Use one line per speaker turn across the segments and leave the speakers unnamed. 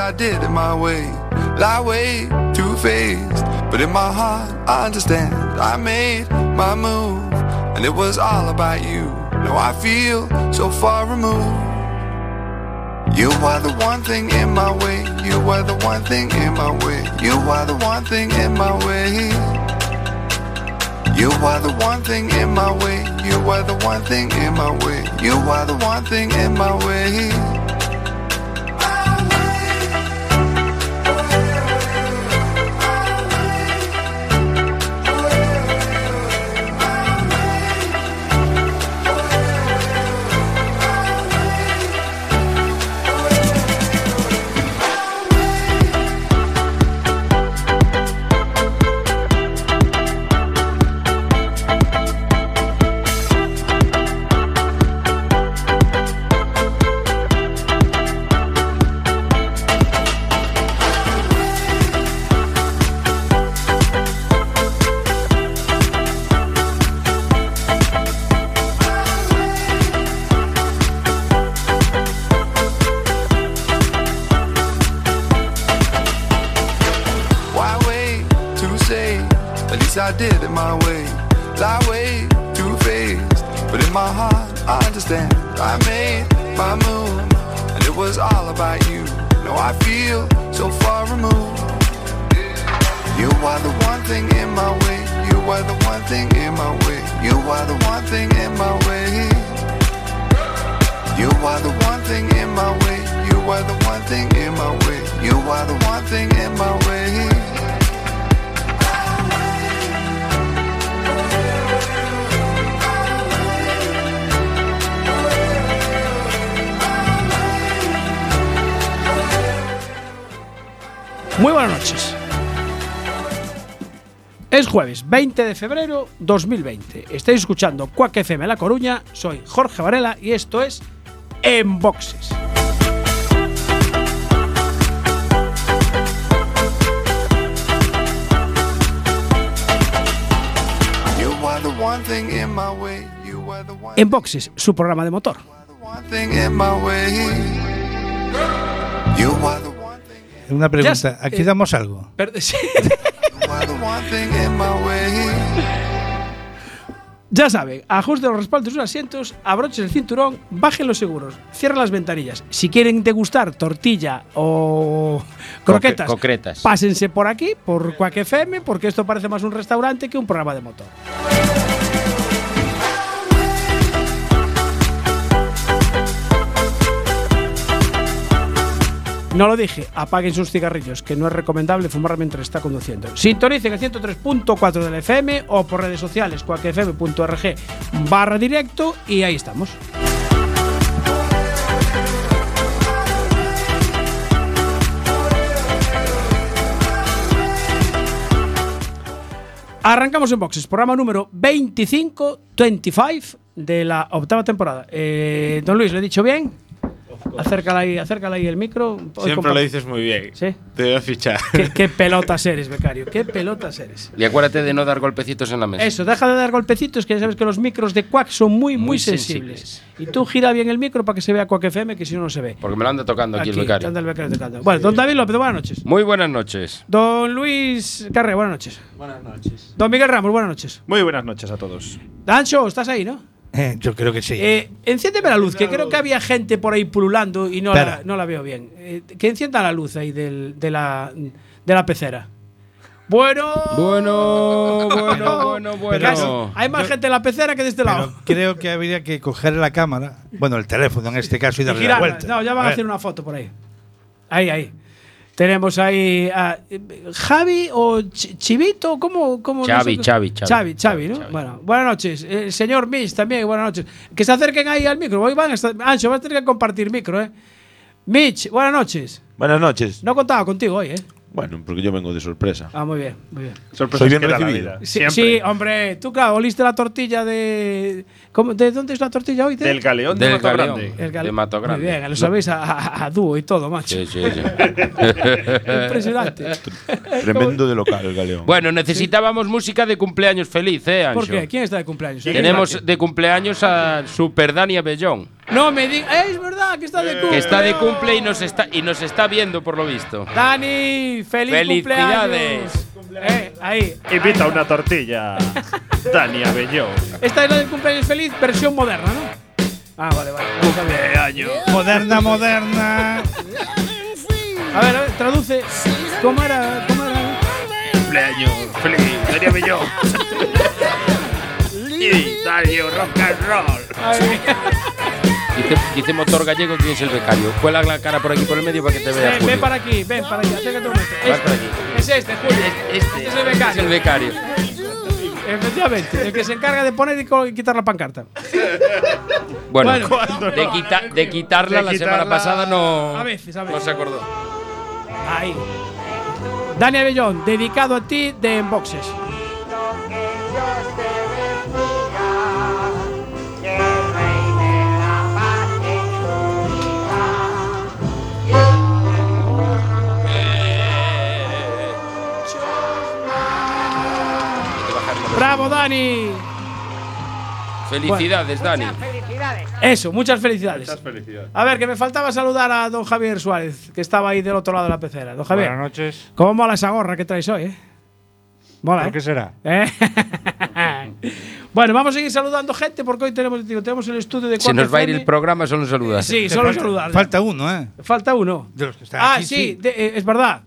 I did it my way. Lie way too faced. But in my heart, I understand. I made my move, and it was all about you. Now I feel so far removed. You are the one thing in my way. You are the one thing in my way. You are the one thing in my way. You are the one thing in my way. You are the one thing in my way. You are the one thing in my way. Why wait to say? At least I did it my way. Lie way too faced, but in my heart I understand. I made my move, and it was all about you. Now I feel so far removed. You are the one thing in my way. You are the one thing in my way. You are the one thing in my way. You are the one thing in my way. You are the one thing in my way. You are the one thing in my way.
Muy buenas noches. Es jueves 20 de febrero 2020. Estáis escuchando Cuac FM La Coruña. Soy Jorge Varela y esto es En Boxes.
You are the one thing in my way. You are the one,
En Boxes, su programa de motor.
the one thing in my way. You are the one thing.
Una pregunta,
Ya,
¿aquí
eh,
damos algo?
Per- sí.
You are the one thing in my way.
ya saben, ajuste los respaldos de los asientos, abrochen el cinturón, bajen los seguros, cierren las ventanillas. Si quieren degustar tortilla o croquetas,
concretas.
pásense por aquí, por Cuac FM, porque esto parece más un restaurante que un programa de motor. No lo dije, apaguen sus cigarrillos, que no es recomendable fumar mientras está conduciendo. Sintonicen el 103.4 del FM o por redes sociales, cualquier.fm.org barra directo y ahí estamos. Arrancamos en boxes, programa número 25, 25 de la octava temporada. Eh, don Luis, ¿lo he dicho bien? Acércala ahí, acércala ahí el micro. Hoy
Siempre
compa-
lo dices muy bien.
Sí.
Te voy a fichar.
¿Qué, qué pelotas eres, becario, qué pelotas eres.
Y acuérdate de no dar golpecitos en la mesa.
Eso, deja de dar golpecitos, que ya sabes que los micros de Quack son muy, muy,
Muy
sensibles.
sensibles.
Y tú gira bien el micro para que se vea Quack FM, que si no, no se ve.
Porque me lo anda tocando aquí, el becario.
anda el becario tocando. Bueno, don David López, buenas noches.
Muy buenas noches.
Don Luis Carré, buenas noches.
Buenas noches.
Don Miguel Ramos, buenas noches.
Muy buenas noches a todos.
Dancho, estás ahí, ¿no?
Eh, yo creo que sí.
Eh, enciéndeme la luz, que creo que había gente por ahí pululando y no, la,
Espera.
no la veo bien. Eh, que encienda la luz ahí del- de, la, de la pecera. Bueno,
Bueno, bueno, bueno,
Casi.
bueno.
Hay más gente en la pecera que de este lado.
Pero creo que habría que coger la cámara, bueno, el teléfono en este caso, y
Y
darle la
girarla.
vuelta.
No, ya van a,
ver.
hacer una foto por ahí. Ahí, ahí. Tenemos ahí a Javi o Ch- Chivito, ¿cómo? cómo
Xavi, Xavi, Xavi.
Xavi, Xavi, ¿no?
Xavi.
Bueno, buenas noches. El señor Miss también, buenas noches. Que se acerquen ahí al micro. Hoy van a estar- Ancho, vas a tener que compartir micro, ¿eh? Mitch, buenas noches.
Buenas noches.
No contaba contigo hoy, ¿eh?
Bueno, porque yo vengo de sorpresa.
Ah, muy bien, muy bien.
Sorpresas
Soy bien
que da la
recibido.
vida.
Sí,
Siempre.
sí, hombre, tú, claro, oliste la tortilla de. ¿cómo- ¿De dónde es la tortilla hoy? De-
Del galeón de
Del
Mato
Galeón.
Grande.
El gal-
de Mato Grande.
Muy bien, lo sabéis a, a- a dúo y todo, macho.
Sí, sí, sí.
Impresionante.
Tremendo de local el galeón.
Bueno, necesitábamos música de cumpleaños feliz, ¿eh, Ancho?
¿Por qué? ¿Quién está de cumpleaños?
Tenemos de cumpleaños a Super Dani Abellón.
No me digas. Es verdad que está
Eh.
de cumple.
Que está de cumple y nos está, y nos está viendo, por lo visto.
Dani, feliz
Felicidades.
cumpleaños. Eh, ahí.
Invita una tortilla. Dani Abelló.
Esta es la del cumpleaños feliz, versión moderna, ¿no? Ah, vale, vale. Está bien.
Cumpleaños.
Moderna, moderna.
A ver, a ver, traduce. ¿Cómo era? ¿Cómo era?
Cumpleaños. Feliz. Dani Abelló. y Dario Rock and Roll.
A ver.
Dice, dice motor gallego quién es el becario. Cuela la cara por aquí por el medio para que te vea.
Ven, eh, ven
Julio.
para aquí, ven para aquí, acércate un momento.
Ven
Este,
para aquí.
Es este, Julio.
Este, este
es el becario.
Es el becario.
Efectivamente, el que se encarga de poner y co- y quitar la pancarta.
Bueno,
Bueno,
¿cuándo
de,
no?
quita- de quitarla
De
la semana
quitarla-
pasada no,
A veces, a
no
veces.
se acordó.
Ahí. Dani Avellón, dedicado a ti de Enboxes. ¡Bravo, Dani!
Felicidades, Dani.
Eso, muchas felicidades.
felicidades.
A ver, que me faltaba saludar a don Javier Suárez, que estaba ahí del otro lado de la pecera. Don Javier,
Buenas noches.
¿cómo mola esa gorra que traes hoy? eh? Mola,
¿Por
¿eh?
qué será?
¿Eh? bueno, vamos a seguir saludando gente porque hoy tenemos, digo, tenemos el estudio de
Se nos va a ir
4FM.
el programa, solo saludas.
Sí, solo saludar. Falta,
Falta uno, ¿eh?
uno.
De los que están
ah,
aquí,
sí,
sí.
de- eh, es verdad.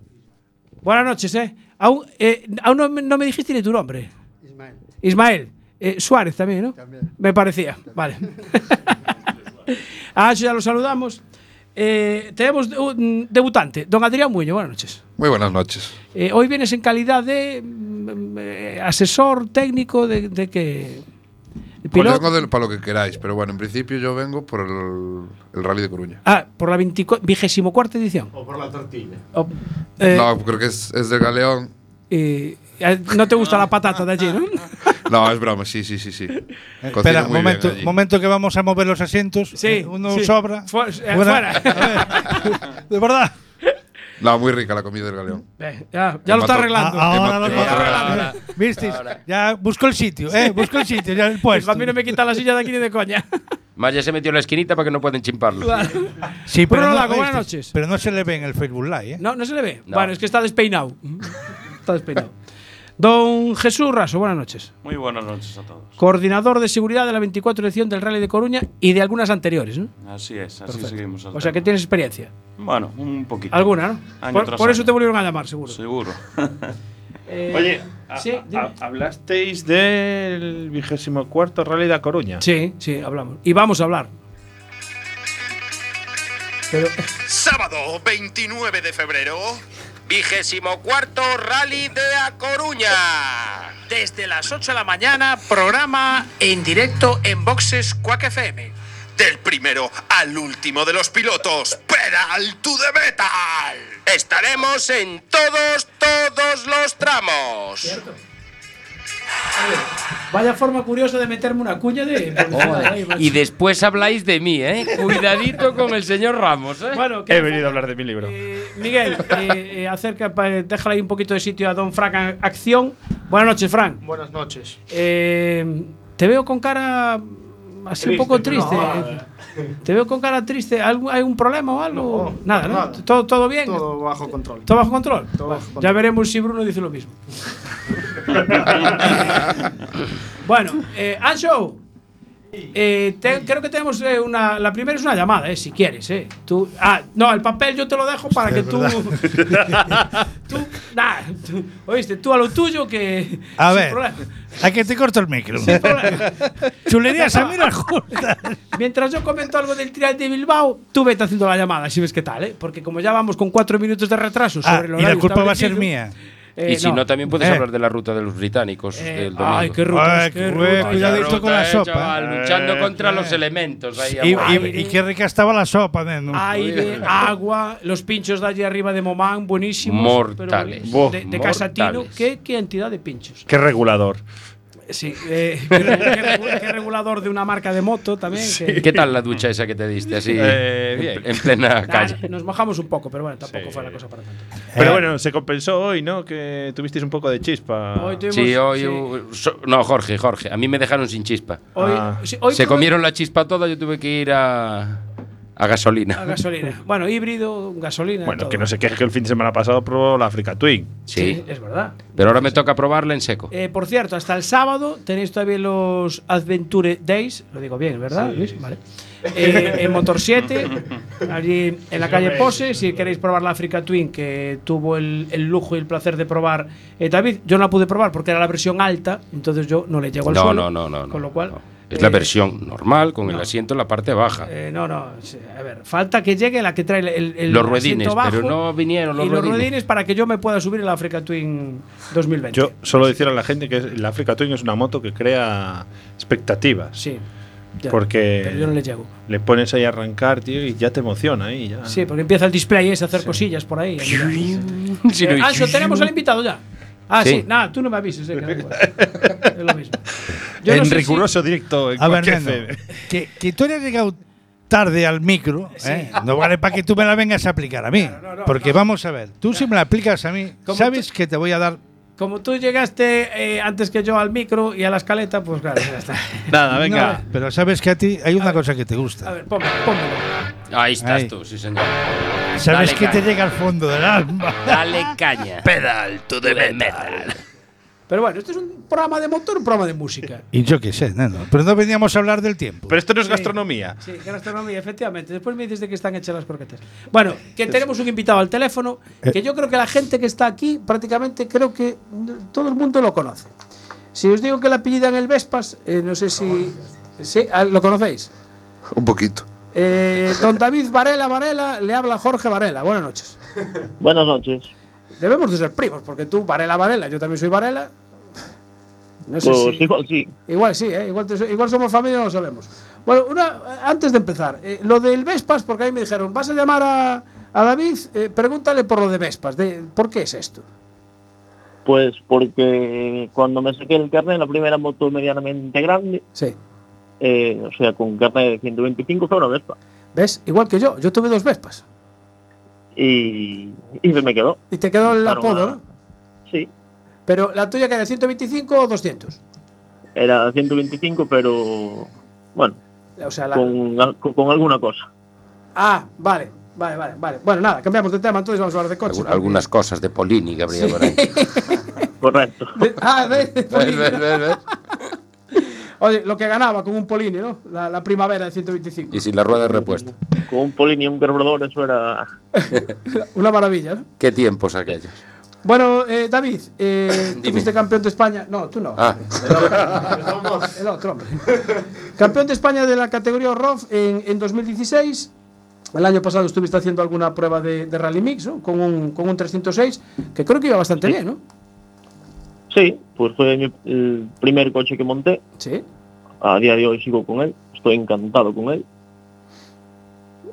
Buenas noches, ¿eh? Aún, eh, aún no, me- no me dijiste ni tu nombre. Ismael. Ismael. eh, Suárez también, ¿no? Me parecía. Vale. ah, eso ya lo saludamos. Eh, tenemos de- un debutante, don Adrián Muñoz. Buenas noches.
Muy buenas noches.
Eh, hoy vienes en calidad de mm, eh, asesor técnico de, de que. de
Pues
piloto.
vengo del- para lo que queráis, pero bueno, en principio yo vengo por el, el Rally de Coruña.
Ah, por la 24 vigésimo cuarta edición. O por la tortilla.
Eh.
no, creo que es, es del Galeón.
Eh, no te gusta la patata de allí, ¿no?
No, es broma, sí, sí, sí, sí. Cocino
Eh, Espera,
muy bien
momento,
allí.
momento que vamos a mover los asientos. Eh,
Sí,
Uno
sí.
sobra.
Fu- eh,
Buena-
fuera.
A ver, de verdad.
No, muy rica la comida del Galeón.
Eh, ya ya
Me
lo
mató.
está arreglando.
A- ahora
Hemos-
lo
hemos-
ahora.
¿Visteis? Ya busco el sitio, ¿eh? Busco el sitio, ya el
Pues
puesto.
a mí no me quita la silla de aquí ni de coña.
Más ya se metió en la esquinita para que no pueden chimparlo.
Sí, pero
Bruno
no,
Lago,
¿visteis?
buenas noches.
Pero no se le ve en el Facebook Live, ¿eh?
No, no se le ve.
No.
Bueno, es que está despeinado. Está despeinado. Don Jesús Raso, buenas noches.
Muy buenas noches a todos.
Coordinador de seguridad de la 24 edición del Rally de Coruña y de algunas anteriores, ¿no?
Así es, así
Perfecto.
seguimos. al
O sea que
tema.
tienes experiencia.
Bueno, un poquito.
Alguna, ¿no?
Año
Por,
tras
por eso
año.
te volvieron a llamar, seguro.
Seguro.
Eh,
Oye, a-
sí,
a-
dime.
hablasteis del vigésimo cuarto Rally de A Coruña.
Sí, sí, hablamos. Y vamos a hablar. Pero,
Sábado 29 de febrero.
Vigésimo cuarto rally de A Coruña.
Desde las 8 de la mañana, programa en directo en Boxes Quack FM. Del primero al último de los pilotos, Pedal to the Metal.
Estaremos en todos, todos los tramos.
vaya forma curiosa de meterme una cuña de. Ahí, pues. macho.
Y después habláis de mí, ¿eh? Cuidadito con el señor Ramos, ¿eh?
bueno, ¿qué-
He venido a hablar de mi libro.
eh, Miguel, eh, eh, acerca, pa- eh, déjale ahí un poquito de sitio a don Frank a- Acción. Buenas noches, Frank.
Buenas noches.
Eh, te veo con cara así un poco triste.
Ah.
eh. Te veo con cara triste. ¿Algún- ¿Hay un problema o algo? nada, ¿no? ¿Todo, todo bien?
Todo bajo control.
¿Todo bajo control? Bueno, Ya veremos si Bruno dice lo mismo. bueno, eh, Ancho, eh, te- creo que tenemos eh, una. La primera es una llamada, eh, si quieres. Eh. Tú, ah, no, el papel yo te lo dejo para que
Hostia,
tú. tú, nah, tú- Oíste, tú a lo tuyo que.
A
sin
ver,
problema.
a que te corto el micro. Chulerías a mirar juntas.
Mientras yo comento algo del trial de Bilbao, tú vete haciendo la llamada, si ves qué tal, ¿eh? Porque como ya vamos con cuatro minutos de retraso sobre
Ah,
el
y la
horario
culpa va a ser
establecido,
mía.
eh,
y si no, también puedes
Eh.
hablar de la ruta de los británicos
Eh,
del domingo.
ay, qué
Ah,
rutas,
Ay,
qué
qué
rutas.
hueco, ya
Vaya
de esto con la
ruta, eh,
sopa,
chaval,
eh.
luchando
Eh,
contra
eh.
los elementos. Ahí,
Y,
abajo.
y- y qué rica estaba la sopa, neno.
Aire, agua, los pinchos de allí arriba de Momán, buenísimos.
Mortales.
pero
Buah,
de, de Casatino,
mortales.
¿qué, qué cantidad de pinchos.
Qué regulador.
Sí, eh, qué, qué- qué regulador de una marca de moto también. que-
¿Qué tal la ducha esa que te diste así
Eh,
en-
bien.
en plena
Nah,
calle?
nos mojamos un poco, pero bueno, tampoco
Sí.
fue la cosa para tanto.
Eh.
Pero bueno, se compensó hoy, ¿no? Que tuvisteis un poco de chispa.
Hoy tuvimos-
Sí, hoy.
sí,
uh, so- no, Jorge, Jorge. A mí me dejaron sin chispa.
hoy-
Ah.
sí, hoy
Se
tuve-
comieron la chispa toda, yo tuve que ir a, a
a
gasolina.
gasolina. Bueno, híbrido, gasolina.
Bueno,
todo.
que no se queje que el fin de semana pasado probó la Africa Twin.
Sí.
es verdad.
Pero ahora me toca probarla en seco.
Eh, por cierto, hasta el sábado tenéis todavía los Adventure Days, lo digo bien, ¿verdad, Luis? Vale. Eh, en Motor 7, allí en la calle Pose, si queréis probar la Africa Twin, que tuvo el, el lujo y el placer de probar eh, David, yo no la pude probar porque era la versión alta, entonces yo no le llego al
No,
suelo.
no, no, no. no,
Con lo cual.
no. Es la
eh,
versión normal, con el
no.
asiento en la parte baja.
Eh, no, no, sí, a ver, falta que llegue la que trae el, el- el
Los ruedines,
asiento bajo
pero no vinieron los
y los
ruedines.
ruedines para que yo me pueda subir en la Africa Twin 2020.
Yo solo decir a la gente que es- la Africa Twin es una moto que crea expectativas.
sí. ya,
Porque-
Pero yo no le llego.
Le pones ahí a arrancar, tío, y ya te emociona ahí. Ya.
Sí, porque empieza el display ese a hacer cosillas por ahí.
Sí, no,
Eh, Anso, tenemos al invitado ya. Ah, sí.
Sí.
Nada, tú no me avises. eh, que da igual. es lo mismo. Yo
en
no sé si-
riguroso directo. En
A ver,
cualquier
Nando,
FM.
que, que tú hayas llegado tarde al micro, ¿eh? no vale para que tú me la vengas a aplicar a mí. porque vamos a ver, tú si me la aplicas a mí,
Como
sabes que te voy a dar.
como tú llegaste eh, antes que yo al micro y a la escaleta, pues claro, ya está.
Nada, venga.
No, pero sabes que a ti hay una cosa que te
A
gusta.
ver, pónmelo, pónmelo.
Ahí estás
Ahí.
tú, sí, señor.
Sabes
dale
que te
caña.
llega al fondo del alma.
Dale caña. Pedal to the metal.
Pero bueno, este es un programa de motor, un programa de música.
Y yo qué sé, Nando. Pero no veníamos a hablar del tiempo.
Pero esto no es gastronomía.
Sí, gastronomía, efectivamente. Después me dices de que están hechas las croquetas. Bueno, que tenemos un invitado al teléfono,
Eh.
que yo creo que la gente que está aquí, prácticamente creo que mm, todo el mundo lo conoce. Si os digo que la apellidan el Vespas, eh, no sé si... Sí, ah, ¿lo conocéis?
Un poquito.
Eh, don David Varela Varela, le habla Jorge Varela. Buenas noches.
Buenas noches.
Debemos de ser primos, porque tú Varela Varela, yo también soy Varela. No sé
Pues
si-
igual sí.
Igual sí, ¿eh? igual, te- igual somos familia no lo sabemos. Bueno, una, antes de empezar, eh, lo del Vespas, porque ahí me dijeron, vas a llamar a, a David, eh, pregúntale por lo de Vespas, de, ¿por qué es esto?
Pues porque cuando me saqué el carnet, la primera moto medianamente grande,
Sí.
eh, o sea, con carnet de 125 fue una Vespa.
¿Ves? Igual que yo, yo tuve dos Vespas.
Y, y se me quedó.
Y te quedó el
Claro,
apodo,
nada.
¿no?
Sí,
Pero la tuya que era 125 o 200.
era 125, pero bueno,
O sea, la...
con, al- con, con alguna cosa.
Ah, vale, vale, vale, vale. Bueno, nada, cambiamos de tema, entonces vamos a hablar de coches. porque-
algunas cosas de Polini que habría por ahí.
Correcto.
De- ah, de-
¿Ves, ves, ves, ves?
Oye, lo que ganaba con un Polini, ¿no? La, la primavera de 125.
Y sin la rueda de repuesto.
Con un polín y un carburador, eso era.
Una maravilla, ¿no?
¿Qué tiempos aquellos?
Bueno, eh, David, eh, tú
Dime.
fuiste campeón de España. No, tú no.
Ah,
El otro, hombre. campeón de España de la categoría ROF en, en 2016. El año pasado estuviste haciendo alguna prueba de, de Rally Mix, ¿no? Con un, con un 306, que creo que iba bastante bien, ¿no?
Sí, pues fue mi- el primer coche que monté.
Sí.
A día de hoy sigo con él, estoy encantado con él.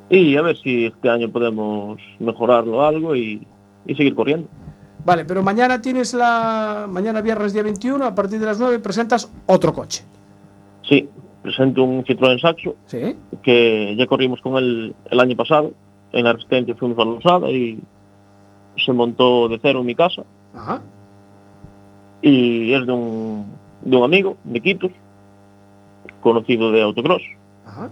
Y a ver si este año podemos mejorarlo algo y, y seguir corriendo.
Vale, pero mañana tienes la. Mañana viernes día 21, a partir de las 9, presentas otro coche.
Sí, presento un Citroën Saxo
Sí.
que ya corrimos con él el año pasado. En la Resistencia fuimos a la Usada y se montó de cero en mi casa.
Ajá.
Y es de un, de un amigo, de Quitos, conocido de Autocross.
Ajá.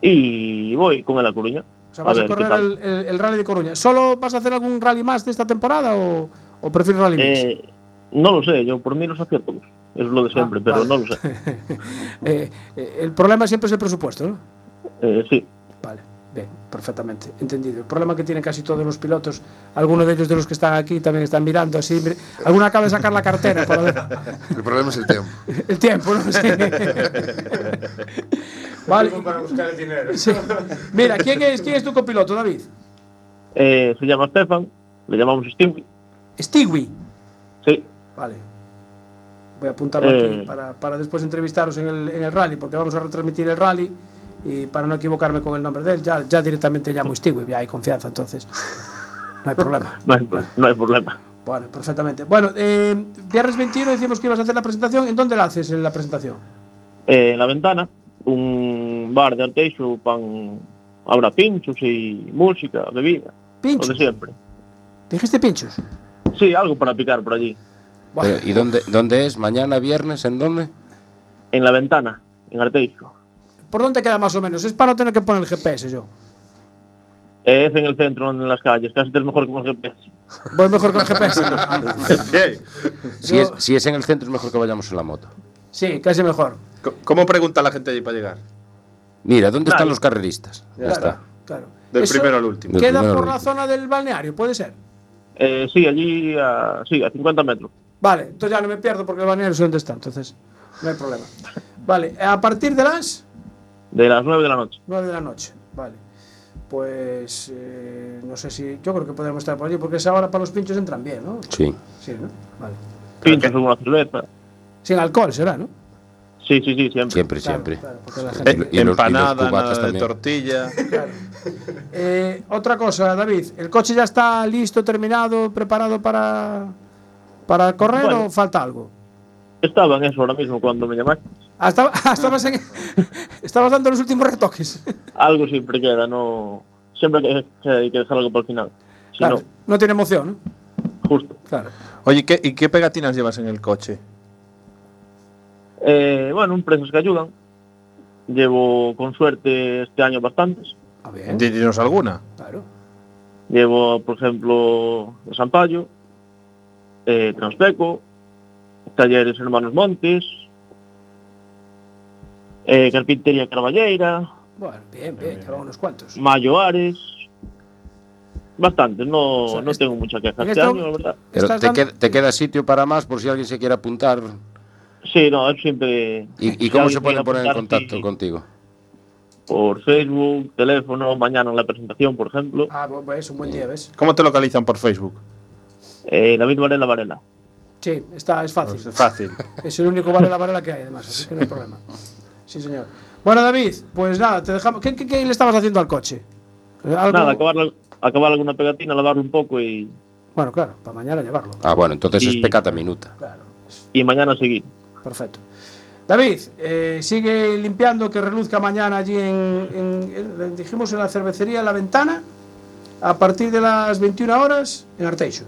Y voy con él a Coruña.
O sea,
A
vas a,
ver, ¿qué
correr
tal?
el, el- el Rally de Coruña. ¿Solo vas a hacer algún rally más de esta temporada o, o prefieres Rally Mix?
Eh, no lo sé, yo por mí los acierto. Es lo de siempre,
Ah,
pero
vale.
no lo sé.
Eh, eh, el problema siempre es el presupuesto, ¿no?
Eh, sí,
Vale, bien, perfectamente, entendido. El problema que tienen casi todos los pilotos, algunos de ellos de los que están aquí también están mirando así. mir- Alguno acaba de sacar la cartera para ver
El problema es el tiempo.
el tiempo, no sé. Vale. Sí. Mira, ¿quién es, ¿quién es tu copiloto, David?
Eh, se llama Stefan, le llamamos Stewie.
Stewie.
Sí,
Vale. Voy a apuntarlo aquí
Eh.
para, para después entrevistaros en el, en el rally, porque vamos a retransmitir el rally y para no equivocarme con el nombre de él, ya, ya directamente llamo Stewie, ya hay confianza entonces. No hay problema.
no hay, pro- no hay problema.
Bueno, perfectamente. pues Bueno, eh, viernes 21 decimos que ibas a hacer la presentación. ¿En dónde la haces en la presentación?
Eh, en la ventana, un bar de arteixo, pan, habrá pinchos y música, bebida.
Pinchos.
Lo de siempre.
¿Dijiste pinchos?
Sí, algo para picar por allí.
Pero, Eh, ¿Y dónde, dónde es? ¿Mañana, viernes? ¿En dónde?
En la ventana, en Arteixo.
¿Por dónde queda más o menos? Es para no tener que poner el GPS yo.
Eh, es en el centro, no en las calles, casi es mejor que con GPS.
Voy mejor con el GPS. Pues,
Si es, si es en el centro es mejor que vayamos en la moto.
sí, casi mejor.
Co- ¿Cómo pregunta la gente allí para llegar?
Mira, ¿dónde
Claro.
están los carreristas? Ya está.
Claro.
Del
Eso
primero al último.
Del
Queda
primero al
por la zona del balneario, puede ser.
Eh, sí, allí a, sí, a 50 metros.
Vale, entonces ya no me pierdo porque el balneario sé dónde está, entonces no hay problema. Vale, a partir de las
De las 9 de la noche.
9 de la noche. Vale. Pues eh, no sé si. Yo creo que podemos estar por allí porque esa hora para los pinchos entran bien, ¿no?
Sí.
Sí, ¿no? Vale.
Pinchas alguna cerveza.
Sin alcohol será, ¿no?
Sí, sí, sí, siempre.
Siempre, siempre.
porque la
Y los- y los
Empanada,
cubatas
nada de
también.
tortilla.
Eh, otra cosa, David, ¿el coche ya está listo, terminado, preparado para, para correr
Bueno.
o falta algo?
Estaba en eso ahora mismo cuando me llamaste.
Ah, estaba- ah, estabas, en- estabas dando los últimos retoques.
Algo siempre queda, no. Siempre hay que- hay que dejar algo para el final. Si
Claro,
no,
no tiene emoción, ¿no?
justo.
Claro.
Oye, ¿qué, ¿y qué pegatinas llevas en el coche?
Eh, bueno, empresas que ayudan. Llevo con suerte este año bastantes.
Ah, bien,
Dinos alguna.
claro.
Llevo, por ejemplo, de Sampaio, eh, Transpeco, Talleres Hermanos Montes, eh, Carpintería Carballeira,
Bueno, bien, bien, llevamos unos cuantos.
Mayo Ares. Bastantes, no,
O sea,
no
es-
tengo mucha queja
en
este
esto-
año, la verdad.
Pero
Estás
te,
dando-
queda, te queda sitio para más por si alguien se quiere apuntar.
Sí, no, es siempre.
¿Y, y
si
cómo
alguien
se pueden
quiere
poner en
apuntar,
contacto
sí,
contigo?
Por Facebook, teléfono, mañana en la presentación, por ejemplo.
Ah, bu- bu- es un buen día, ¿ves?
¿Cómo te localizan por Facebook?
Eh, David Varela Varela.
Sí, está, es fácil.
Pues es fácil.
Es el único vale la varela que hay, además, así que no hay problema. Sí, señor. Bueno, David, pues nada, te dejamos. ¿Qué, qué- qué le estabas haciendo al coche? Eh, ¿Algo?
Nada, acabar, la- acabar alguna pegatina, lavarlo un poco y,
Bueno, claro, para mañana llevarlo.
Ah, bueno, entonces
Y-
es pecata minuta.
Claro,
y mañana seguir.
perfecto. David, eh, sigue limpiando que reluzca mañana allí en, en- en- dijimos en la cervecería La Ventana, a partir de las 21 horas en Arteixo.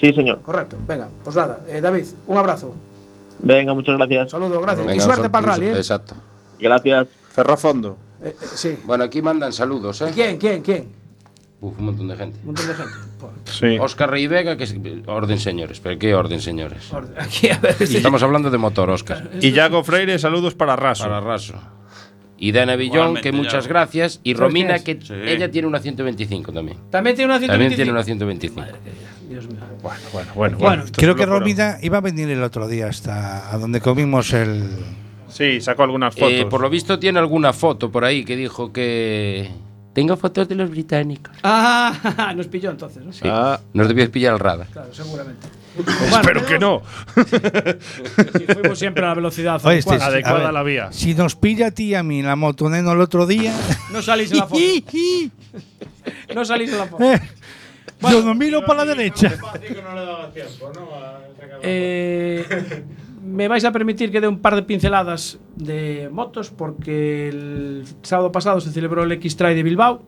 Sí, señor.
Correcto, venga, pues nada, eh, David, un abrazo,
Venga, muchas gracias.
saludos, gracias
Venga,
y suerte
son-
para el rally, ¿eh?
Exacto.
Gracias.
Ferrafondo.
Eh, eh, sí.
Bueno, aquí mandan saludos, ¿eh?
¿Quién, quién, quién?
Uf, un montón de gente.
Un montón de gente. Por-
Sí.
Óscar Rey Vega, que es orden señores. ¿Pero qué orden señores?
por- Aquí, a ver, sí.
Estamos hablando de motor, Óscar.
Y Yago Freire, saludos para Raso.
Para raso. Y Dana Villón,
Igualmente,
que muchas
ya.
gracias. Y Romina,
quién
que
Sí.
ella tiene una 125 también.
También tiene una
También
125.
tiene una 125.
Dios mío.
Bueno, bueno, bueno.
Bueno,
esto
Creo
es
que
locura.
Romina iba a venir el otro día hasta a donde comimos el.
Sí, sacó algunas fotos.
Eh, por lo visto tiene alguna foto por ahí que dijo que... Tengo fotos de los británicos.
Ah, nos pilló entonces, ¿no?
Sí.
Ah.
Nos debió pillar el radar.
Claro, seguramente.
Espero que no.
Si fuimos siempre a la velocidad
Oye,
adecuada.
este-
Adecuada
ver,
la vía.
Si nos pilla a ti y a mí la moto neno el otro día.
No salís en la foto. No salís en la foto.
eh, yo no miro para la derecha.
Eh, me vais a permitir que dé un par de pinceladas de motos porque el sábado pasado se celebró el X-Try de Bilbao.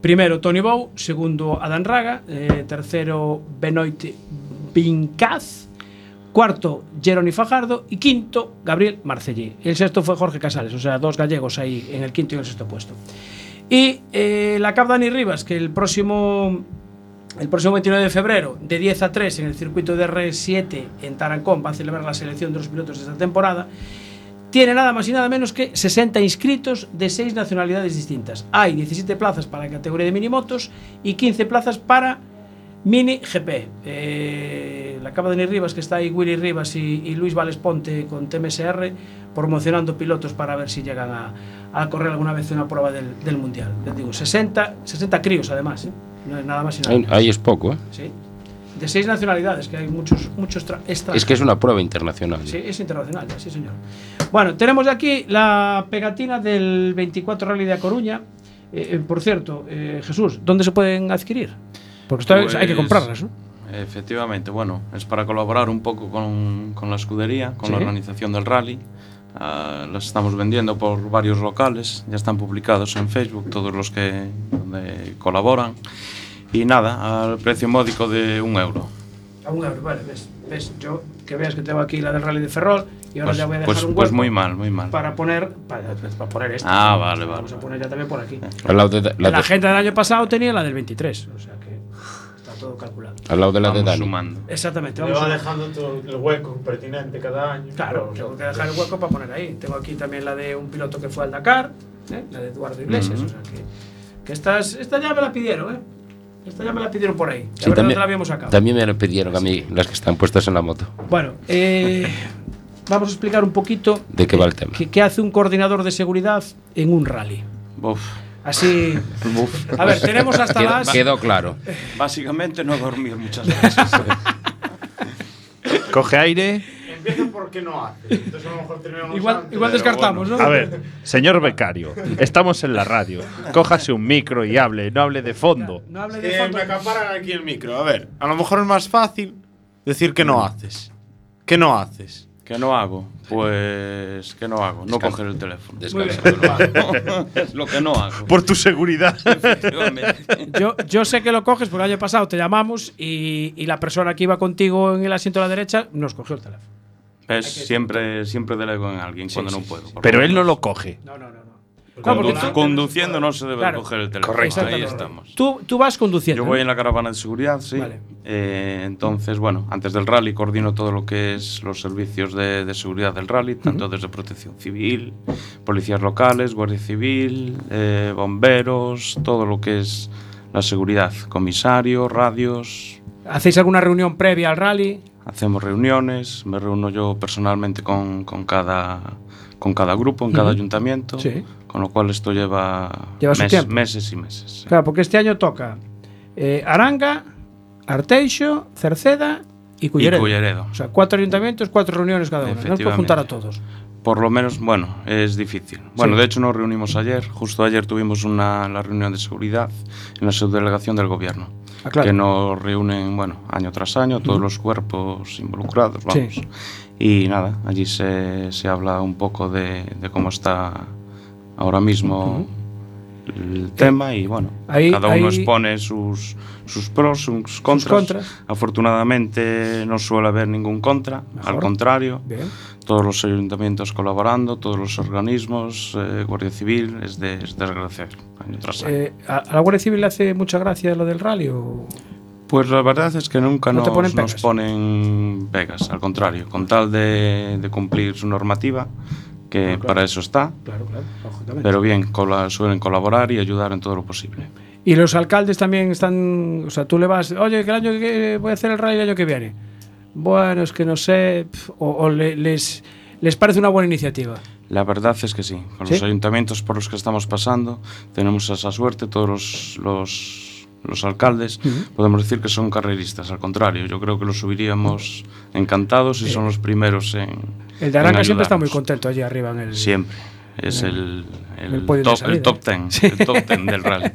Primero Tony Bow, segundo Adán Raga, eh, tercero Benoit Vincaz, cuarto Jeroni Fajardo y quinto Gabriel Marcellí. El sexto fue Jorge Casales, o sea, dos gallegos ahí en el quinto y el sexto puesto. Y eh, la Cap Dani Rivas, que el próximo el próximo 29 de febrero, de 10 a 3, en el circuito de R7 en Tarancón, va a celebrar la selección de los pilotos de esta temporada. Tiene nada más y nada menos que 60 inscritos de 6 nacionalidades distintas. Hay 17 plazas para la categoría de minimotos y 15 plazas para mini GP. Eh, la capa de Dani Rivas, que está ahí Willy Rivas y, y Luis Vales Ponte con TMSR, promocionando pilotos para ver si llegan a, a correr alguna vez una prueba del, del Mundial. Les digo, 60, 60 críos además, ¿eh? No es nada más y nada
Ahí,
menos.
ahí es poco, ¿eh?
Sí. De seis nacionalidades, que hay muchos, muchos tra- extranjeros.
Es que es una prueba internacional.
Sí, es internacional, ya, sí, señor. Bueno, tenemos aquí la pegatina del 24 Rally de A Coruña. Eh, eh, por cierto, eh, Jesús, ¿dónde se pueden adquirir? Porque esto hay- hay que
Pues-
comprarlas, ¿no?
Efectivamente, bueno, es para colaborar un poco con, con la escudería, con la
Sí.
organización del rally. Ah, las estamos vendiendo por varios locales, ya están publicados en Facebook todos los que donde colaboran. Y nada, al precio módico de un euro.
A un euro, vale, ves, ves, yo que veas que tengo aquí la del rally de Ferrol y ahora
Pues-
ya voy a dejar
pues-
un
pues
hueco
muy mal, muy mal.
Para poner, para, pues, para poner esta.
Ah, vale, vale.
Vamos a poner ya también por aquí.
Al lado de-
la
la de-
agenda del año pasado tenía la del 23, o sea que está todo calculado.
Al lado de la de
Vamos
Dani.
sumando.
Exactamente,
Le
vamos
va
a-
dejando todo el hueco pertinente cada año.
Claro, tengo que dejar el hueco para poner ahí. Tengo aquí también la de un piloto que fue al Dakar, ¿eh? la de Eduardo Iglesias.
Ujú.
O sea que, que estas, esta ya me la pidieron, ¿eh? Esta ya me la pidieron por ahí.
Sí,
la verdad no
también,
te la habíamos sacado.
también me lo pidieron a mí las que están puestas en la moto.
Bueno, eh, vamos a explicar un poquito
¿De qué va el tema?
qué, qué hace un coordinador de seguridad en un rally. Así. A ver, tenemos hasta
Quedó-
las.
Quedó claro.
Básicamente no dormir muchas veces.
Coge aire.
Empieza porque no hace. Entonces a lo mejor terminamos.
Igual,
antes.
igual descartamos, ¿no?
A ver, señor becario, estamos en la radio. Cójase un micro y hable, no hable de fondo.
No hable
Eh, me acaparan aquí el micro. A ver, a lo mejor es más fácil decir que no haces. ¿Qué no haces?
¿Qué no hago? Pues que no hago, no coger el teléfono.
Descansa.
es lo que no hago.
Por tu seguridad.
Yo, yo sé que lo coges porque el año pasado te llamamos y, y la persona que iba contigo en el asiento de la derecha nos cogió el teléfono.
Pues siempre, siempre delego en alguien cuando no puedo. por
Pero
favor.
él no lo coge.
¿Cómo? Porque
Condu-
tú-
conduciendo no se debe
Claro.
coger el teléfono.
Correcto.
Ahí
Exactamente.
estamos.
Tú, tú vas conduciendo. ¿eh?
Yo voy
¿no?
en la caravana de seguridad, sí. Eh, entonces, bueno, antes del rally coordino todo lo que es los servicios de, de seguridad del rally, tanto desde protección civil, policías locales, guardia civil, eh, bomberos, todo lo que es la seguridad, comisario, radios,
¿Hacéis alguna reunión previa al rally?
hacemos reuniones, me reúno yo personalmente con, con cada, con cada grupo, en cada
Ujú.
ayuntamiento,
Sí.
con lo cual esto lleva,
Lleva su
mes-
tiempo.
meses y meses.
Claro, porque este año toca eh, Aranga, Arteixo, Cerceda y Culleredo.
Culleredo.
O sea, cuatro ayuntamientos, cuatro reuniones cada uno. No os puedo
Efectivamente.
juntar a todos.
Por lo menos, bueno, es difícil. Bueno, de hecho nos reunimos ayer, justo ayer tuvimos una, la reunión de seguridad en la subdelegación del gobierno,
Ah, claro.
que nos reúnen, bueno, año tras año, todos los cuerpos involucrados,
Sí.
vamos. Y nada, allí se, se habla un poco de, de cómo está ahora mismo el tema y bueno,
Ahí-
cada uno
ahí-
expone sus, sus pros, sus contras.
contras.
Afortunadamente no suele haber ningún contra, al contrario
Bien.
todos los ayuntamientos colaborando, todos los organismos, eh, Guardia Civil, es de es desgraciar año tras año.
Eh, ¿a, a la Guardia Civil le hace mucha gracia lo del rally? O...
Pues la verdad es que nunca
¿No te
nos,
ponen
nos
pegas?
ponen pegas, al contrario, con tal de, de cumplir su normativa, que para eso está,
Claro, claro, lógicamente.
pero bien, cola- suelen colaborar y ayudar en todo lo posible.
Y los alcaldes también están. O sea, tú le vas. Oye, que el año que voy a hacer el rally el año que viene. Bueno, es que no sé. pf, O, o le- les, les parece una buena iniciativa.
La verdad es que sí. Con
¿Sí?
los ayuntamientos por los que estamos pasando, tenemos esa suerte, todos los, los, los alcaldes, podemos decir que son carreristas, al contrario, yo creo que los subiríamos encantados y son los primeros en...
El de
en
Aranga siempre está muy
ayudarnos.
contento allí arriba en el.
Siempre. Es
en
el, el,
en el podio de
top,
salida,
el top
¿eh?
ten,
Sí.
el top ten del rally.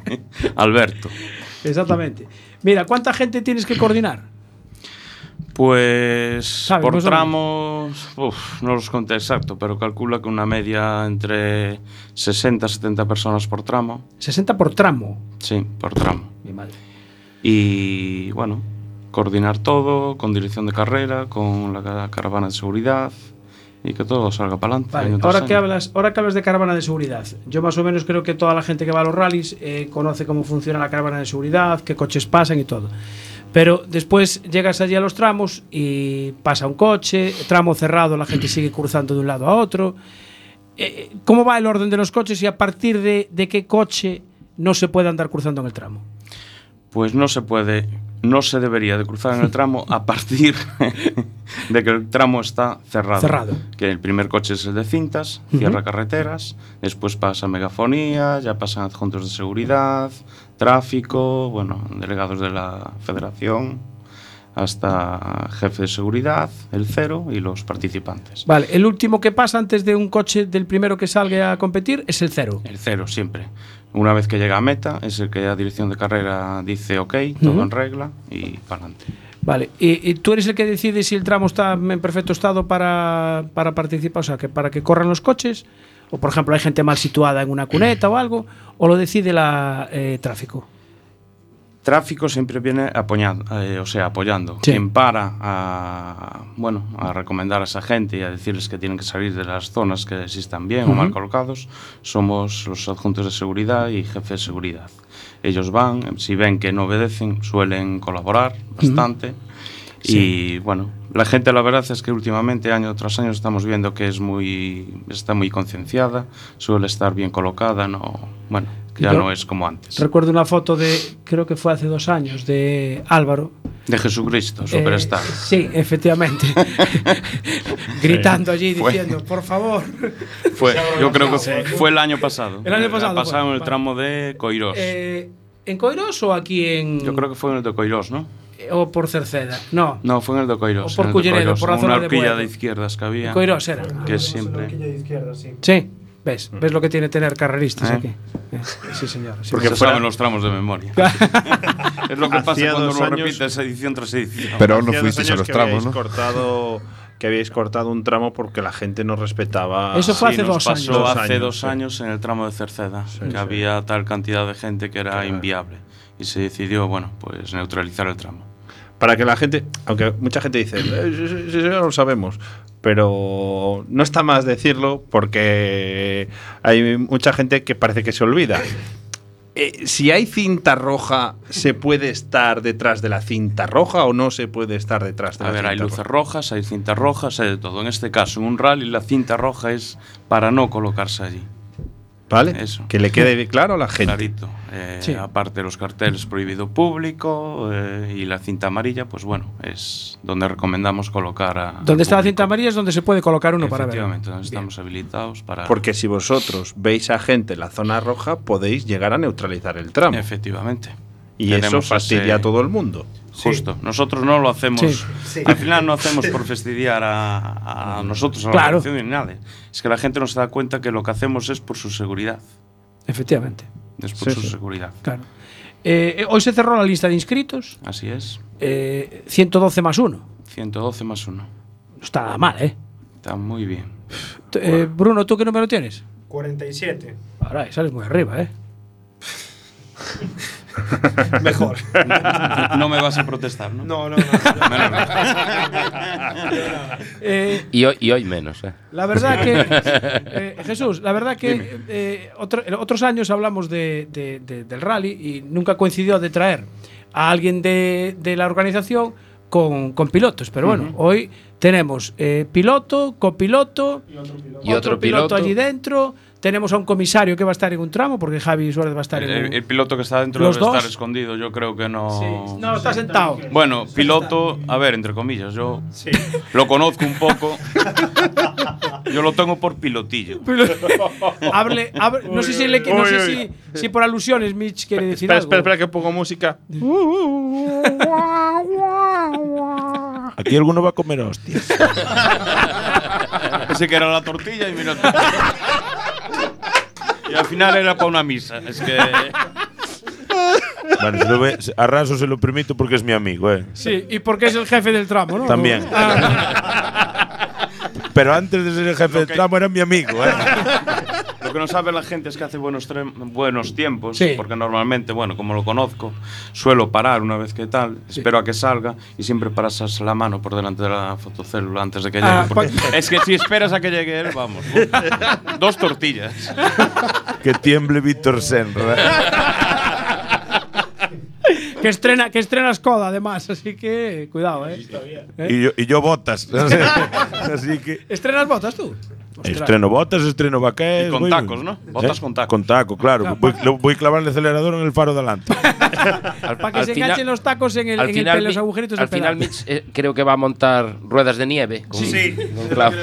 Alberto.
Exactamente. Mira, ¿cuánta gente tienes que coordinar?
Pues
Sabe,
por
más o menos.
tramos, uf, no los conté exacto, pero calcula que una media entre 60 70 personas por tramo.
60 por tramo.
Sí, por tramo.
Mi madre.
Y bueno, coordinar todo con dirección de carrera, con la ca- caravana de seguridad y que todo salga para adelante.
Vale, ahora que, hablas, ahora que hablas de caravana de seguridad, yo más o menos creo que toda la gente que va a los rallies eh, conoce cómo funciona la caravana de seguridad, qué coches pasan y todo. Pero después llegas allí a los tramos y pasa un coche, tramo cerrado, la gente sigue cruzando de un lado a otro. Eh, ¿Cómo va el orden de los coches y a partir de, de qué coche no se puede andar cruzando en el tramo?
Pues no se puede, no se debería de cruzar en el tramo a partir de que el tramo está cerrado.
Cerrado.
Que el primer coche es el de cintas, cierra carreteras, después pasa megafonía, ya pasan adjuntos de seguridad, tráfico, bueno, delegados de la federación, hasta jefe de seguridad, el cero y los participantes.
Vale, el último que pasa antes de un coche del primero que salga a competir es el cero.
El cero, siempre. Una vez que llega a meta, es el que la dirección de carrera dice ok, todo
Ujú.
en regla y para adelante.
Vale, y, y tú eres el que decide si el tramo está en perfecto estado para, para participar, o sea, que para que corran los coches, o por ejemplo hay gente mal situada en una cuneta o algo, o lo decide la eh, tráfico.
Tráfico siempre viene apoyando, o sea, apoyando.
Sí.
Quien para a, bueno, a recomendar a esa gente y a decirles que tienen que salir de las zonas que existan bien o mal
Ujú.
colocados, somos los adjuntos de seguridad y jefe de seguridad. Ellos van, si ven que no obedecen, suelen colaborar bastante. Y bueno, la gente la verdad es que últimamente, año tras año, estamos viendo que es muy, está muy concienciada, suele estar bien colocada, no, bueno, ya
Yo-
no es como antes.
Recuerdo una foto de, creo que fue hace dos años, de Álvaro.
De Jesucristo, superstar.
Eh, sí, efectivamente. Gritando allí
Fue-
diciendo, por favor.
Fue, yo creo que fue, fue el año pasado.
El año pasado
Ha pasado
fue,
en el
vale.
tramo de Coirós.
Eh, ¿En Coiros o aquí en.?
yo creo que fue en el de Coirós, ¿no?
O por Cerceda. No.
No, fue en el de Coirós.
O por
en el de
Culleredo,
Coirós,
por la zona
Una
de
horquilla
Buedo.
de, izquierdas que había.
Coirós era.
Que siempre.
Sí, ves, ves lo que tiene tener carreristas
Mm. ¿Eh?
aquí. Eh, Sí, señor. sí,
Porque
señor.
fueron los tramos de memoria. es lo que
Hacía
pasa cuando
dos
lo
años-
repites edición tras edición.
Hacía dos años que habíais Cortado, que habíais cortado un tramo porque la gente no respetaba.
Eso fue
Sí,
hace
nos
dos
pasó
Pasó hace dos
sí.
años en el tramo de Cerceda, que había tal cantidad de gente que era inviable. Y se decidió, bueno, pues neutralizar el tramo.
Para que la gente, aunque mucha gente dice, "Eh, sí, sí, sí, ya lo sabemos, pero no está más decirlo porque hay mucha gente que parece que se olvida. Eh, si hay cinta roja, ¿se puede estar detrás de la cinta roja o no se puede estar detrás de
A
la
ver,
cinta
hay luces
roja?
rojas, hay cintas rojas, hay de todo. En este caso, en un rally, la cinta roja es para no colocarse allí.
¿Vale?
Eso.
Que le quede claro a la gente.
Clarito. Eh,
Sí.
Aparte de los carteles prohibido público eh, y la cinta amarilla, pues bueno, es donde recomendamos colocar a.
Donde está la cinta amarilla es donde se puede colocar uno para ver.
Efectivamente, donde estamos habilitados para.
Porque si vosotros veis a gente en la zona roja, podéis llegar a neutralizar el tramo.
Efectivamente.
Y eso
Tenemos
fastidia
ese-
a todo el mundo.
Justo. Nosotros no lo hacemos.
Sí. Sí.
Al final no hacemos por fastidiar a, a nosotros, a la
Claro.
organización ni nada. Es que la gente no se da cuenta que lo que hacemos es por su seguridad.
Efectivamente.
Es por
Sí,
su
sí.
seguridad.
Claro. Eh, eh, hoy se cerró la lista de inscritos.
Así es.
eh, 112 más uno.
112 más 1.
No está nada mal, ¿eh?
Está muy bien.
T- eh, Bruno, ¿tú qué número tienes?
47.
Ahora, sales muy arriba, ¿eh?
Mejor.
No me vas a protestar, ¿no?
No, no, no.
Menos
Eh,
Y hoy, y hoy menos, ¿eh?
La verdad que, eh, Jesús, la verdad que eh, otro- en otros años hablamos de- de- de- del rally y nunca coincidió de traer a alguien de, de la organización con, con pilotos. Pero bueno, hoy tenemos eh, piloto, copiloto y otro piloto,
Y otro piloto.
allí dentro. Tenemos a un comisario que va a estar en un tramo porque Javi Suárez va a estar
El,
en un.
el- el piloto que está dentro
Los
debe
dos.
estar escondido. Yo creo que no.
No, está sentado.
Bueno, piloto, a ver, entre comillas, yo lo conozco un poco. Yo lo tengo por pilotillo.
Hable- hable- no sé, si, le- no sé si- si por alusiones Mitch quiere decir
Espera,
algo.
espera, espera, que pongo música.
Ah.
Aquí alguno va a comer hostias.
Ese que era la tortilla y mira. Y al final era para una misa. Es que.
Bueno, se lo ve- a Raso se lo permito porque es mi amigo, ¿eh?
Sí, y porque es el jefe del tramo, ¿no?
También.
Ah.
Pero antes de ser el jefe del tramo era mi amigo, ¿eh?
Lo que no sabe la gente es que hace buenos, tre- buenos tiempos,
Sí.
porque normalmente, bueno, como lo conozco, suelo parar una vez que tal, espero a que salga y siempre pasas la mano por delante de la fotocélula antes de que llegue.
Ah,
porque
pues-
pa-
es que si esperas a que llegue él, vamos. Dos tortillas.
Que tiemble Víctor Senra. eh.
que estrena que estrena Skoda además, así que cuidado, eh. ¿Eh?
Y yo, y yo botas. Así que.
¿Estrenas botas tú?
Estreno botas, estreno vaqués.
Y con
voy-
tacos, ¿no? Botas con tacos.
Con taco, claro. Voy, lo- voy a clavar el acelerador en el faro de adelante.
Para que se enganchen los tacos en, el,
al
en el-
final
en los
Mi-
agujeritos
Al
del pedal.
final Mitch eh, creo que va a montar ruedas de nieve. con- con clavo.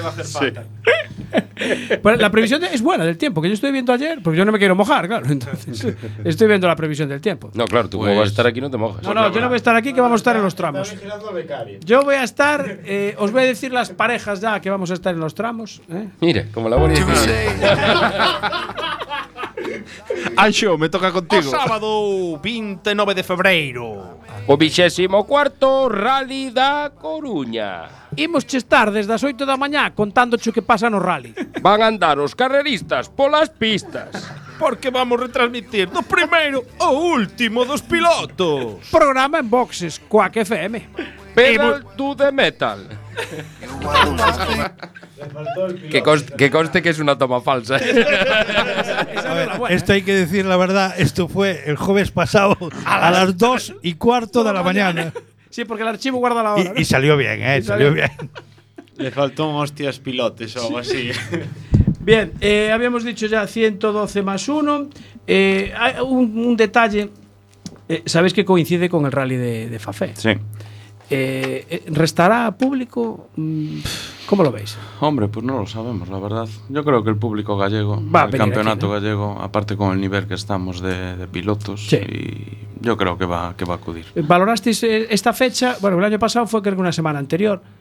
Bueno, la previsión de- es buena del tiempo, que yo estoy viendo ayer, porque yo no me quiero mojar, claro. Entonces, estoy viendo la previsión del tiempo.
No, claro, tú como
Pues-
vas a estar aquí no te mojas.
No, no, yo no voy a estar aquí, que vamos a estar en los tramos. Yo voy a estar, eh, os voy a decir las parejas ya que vamos a estar en los tramos. ¿eh?
Mire, como la bonita.
Ancho, me toca contigo.
O sábado.
sábado 29 de febreiro.
O vixésimo cuarto Rally da Coruña.
Imos che estar desde as 8 da mañá contándoche o que pasa no rally.
Van a andar os carreristas polas pistas.
Porque vamos retransmitir do primeiro ao último dos pilotos. Programa en boxes, coa que FM.
Pedal to the metal. Que, cons- que conste que es una toma falsa.
A ver, esto
¿eh?
hay que decir la verdad, esto fue el jueves pasado a las 2 y cuarto de la mañana.
Sí, porque el archivo guarda la hora.
Y, y salió bien, ¿eh? Salió bien.
Le faltó un hostias pilotes o algo así.
Bien, eh, habíamos dicho ya 112 más 1. un, un detalle, eh, sabéis que coincide con el rally de, de Fafé.
Sí.
Eh, eh, ¿Restará a público? Mm, ¿Cómo lo veis?
Hombre, pues no lo sabemos, la verdad. Yo creo que el público gallego,
Va a
el
venir aquí,
campeonato gallego, aparte con el nivel que estamos de, de pilotos, y yo creo que va, que va a acudir.
Eh, ¿Valorasteis eh, esta fecha? Bueno, el año pasado fue creo que una semana anterior. Eh,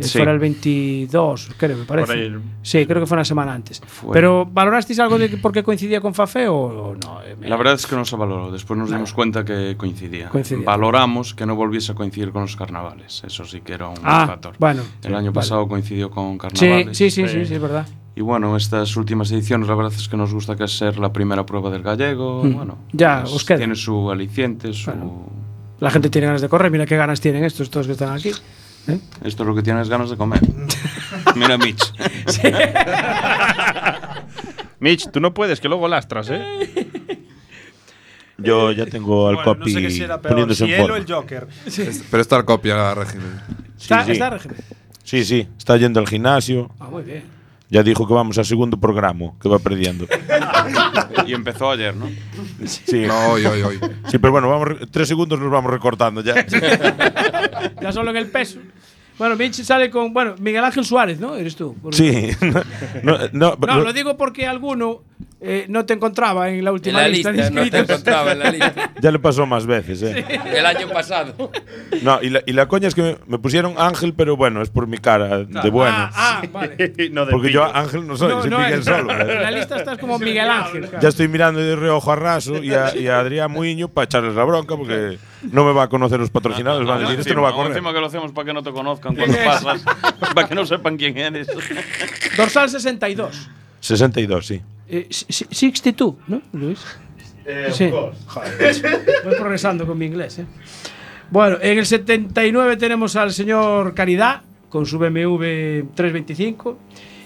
Sí.
Fuera el 22, creo, me parece.
Por ahí, ¿no?
Sí, creo que fue una semana antes. Pero ¿valorasteis algo de que- por qué coincidía con Fafé o, o no? Eh,
La verdad es que no se valoró. Después nos dimos cuenta que coincidía.
Coincidía.
Valoramos que no volviese a coincidir con los carnavales. Eso sí que era un
Ah,
factor.
bueno.
El año
Vale.
pasado coincidió con
Sí,
carnavales.
sí, sí, sí, sí, es verdad.
Y bueno, estas últimas ediciones, la verdad es que nos gusta que es ser la primera prueba del gallego.
Mm.
Bueno,
Ya,
es-
os queda.
tiene su aliciente, su.
La gente tiene ganas de correr, mira qué ganas tienen estos todos que están aquí.
Esto es lo que tienes ganas de comer. Mira, Mitch.
Mitch, tú no puedes, que luego lastras, ¿eh?
Yo ya tengo al
Bueno, no
copy
sé qué será peor,
poniéndose
si
en
él o
forma.
el Joker.
Es- Pero está el copia régimen.
Está, está régimen.
Sí, sí, está yendo al gimnasio.
Ah, muy bien.
Ya dijo que vamos al segundo programa, que va perdiendo.
y empezó ayer, ¿no?
Sí.
No, hoy, hoy, hoy.
Sí, pero bueno, vamos, re- tres segundos nos vamos recortando ya.
Ya solo en el peso. Bueno, Mitch sale con. Bueno, Miguel Ángel Suárez, ¿no? Eres tú. Por-
Sí. No, no, no,
No, lo digo porque alguno eh, no te encontraba en la última
En la
lista,
lista,
de
no te
inscritos.
encontraba en la lista.
ya le pasó más veces, ¿eh?
El año pasado.
No, y la, y la coña es que me, me pusieron Ángel, pero bueno, es por mi cara de bueno.
Ah, vale.
porque yo Ángel no soy, soy Miguel
es-
solo.
En la lista estás como Miguel Ángel.
Ya estoy mirando de reojo a Raso y a, y a Adrián Muiño para echarles la bronca porque no me va a conocer los patrocinadores. Van a decir, este no va a
Encima-
correr.
Encima que lo hacemos para que no te conozcan cuando pasas, para que no sepan quién eres.
Dorsal 62.
62, sí.
Eh, si- si- 62, ¿no, Luis? sí. Joder, voy progresando con mi inglés, ¿eh? Bueno, en el 79 tenemos al señor Caridad con su BMW 325.